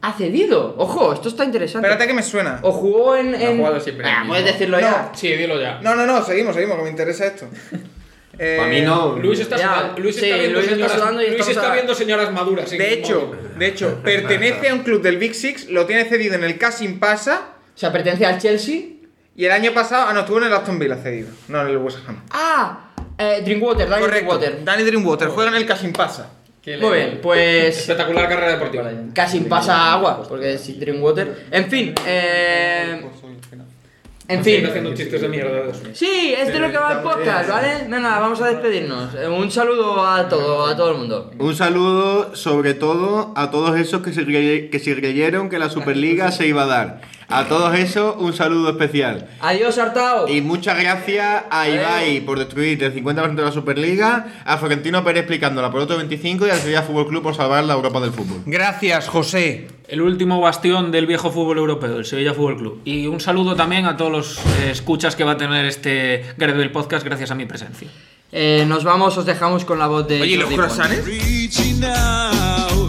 [SPEAKER 2] Ha cedido. Ojo, esto está interesante.
[SPEAKER 4] Espérate que me suena.
[SPEAKER 2] O jugó en. en-
[SPEAKER 5] jugado siempre en
[SPEAKER 2] Ah,
[SPEAKER 5] el
[SPEAKER 2] puedes
[SPEAKER 5] mismo.
[SPEAKER 2] decirlo
[SPEAKER 4] No.
[SPEAKER 2] ya.
[SPEAKER 5] Sí, dilo ya.
[SPEAKER 4] No, no, no, seguimos, seguimos, que me interesa esto. Eh,
[SPEAKER 3] Para mí no.
[SPEAKER 5] Luis está
[SPEAKER 2] Ya,
[SPEAKER 5] sudando. Luis está
[SPEAKER 2] sí,
[SPEAKER 5] viendo
[SPEAKER 2] Luis está
[SPEAKER 5] señoras,
[SPEAKER 2] sudando y
[SPEAKER 5] Luis
[SPEAKER 2] estamos
[SPEAKER 5] está
[SPEAKER 2] a-
[SPEAKER 5] viendo señoras maduras. en
[SPEAKER 4] De
[SPEAKER 5] el
[SPEAKER 4] hecho,
[SPEAKER 5] móvil.
[SPEAKER 4] de hecho, pertenece a un club del Big Six, lo tiene cedido en el Casim Pasa
[SPEAKER 2] O sea, pertenece al Chelsea.
[SPEAKER 4] y el año pasado, ah, no, estuvo en el Aston Villa cedido, no en el West Ham.
[SPEAKER 2] Ah, eh, Drinkwater, Daniel
[SPEAKER 4] Correcto,
[SPEAKER 2] Drinkwater.
[SPEAKER 4] Danny Dreamwater juega en el Casim Pasa.
[SPEAKER 5] Qué
[SPEAKER 2] Muy
[SPEAKER 5] le-
[SPEAKER 2] bien,
[SPEAKER 5] [laughs]
[SPEAKER 2] pues.
[SPEAKER 5] Espectacular carrera deportiva.
[SPEAKER 2] Casi pasa agua, porque es Drinkwater. En fin, eh, en
[SPEAKER 5] Estoy
[SPEAKER 2] fin.
[SPEAKER 5] haciendo chistes de mierda. de eso.
[SPEAKER 2] Sí, es de lo que va el podcast, ¿vale? Venga, vamos a despedirnos. Eh, Un saludo a todo, a todo el mundo.
[SPEAKER 3] Un saludo sobre todo a todos esos que se, crey- que se creyeron que la Superliga se iba a dar. A todos esos un saludo especial.
[SPEAKER 2] Adiós, Artao.
[SPEAKER 3] Y muchas gracias a Ibai por destruir el 50% de la Superliga, a Florentino Pérez explicándola por otro 25% y al Sevilla Fútbol Club por salvar la Europa del fútbol.
[SPEAKER 4] Gracias, José.
[SPEAKER 5] El último bastión del viejo fútbol europeo, el Sevilla Fútbol Club. Y un saludo también a todos los eh, escuchas que va a tener este del Podcast gracias a mi presencia. ¿eh?
[SPEAKER 2] Eh, nos vamos, os dejamos con la voz de.
[SPEAKER 4] Oye, ¿y los
[SPEAKER 2] Jordi Pons.
[SPEAKER 4] croissants?
[SPEAKER 8] Reaching out.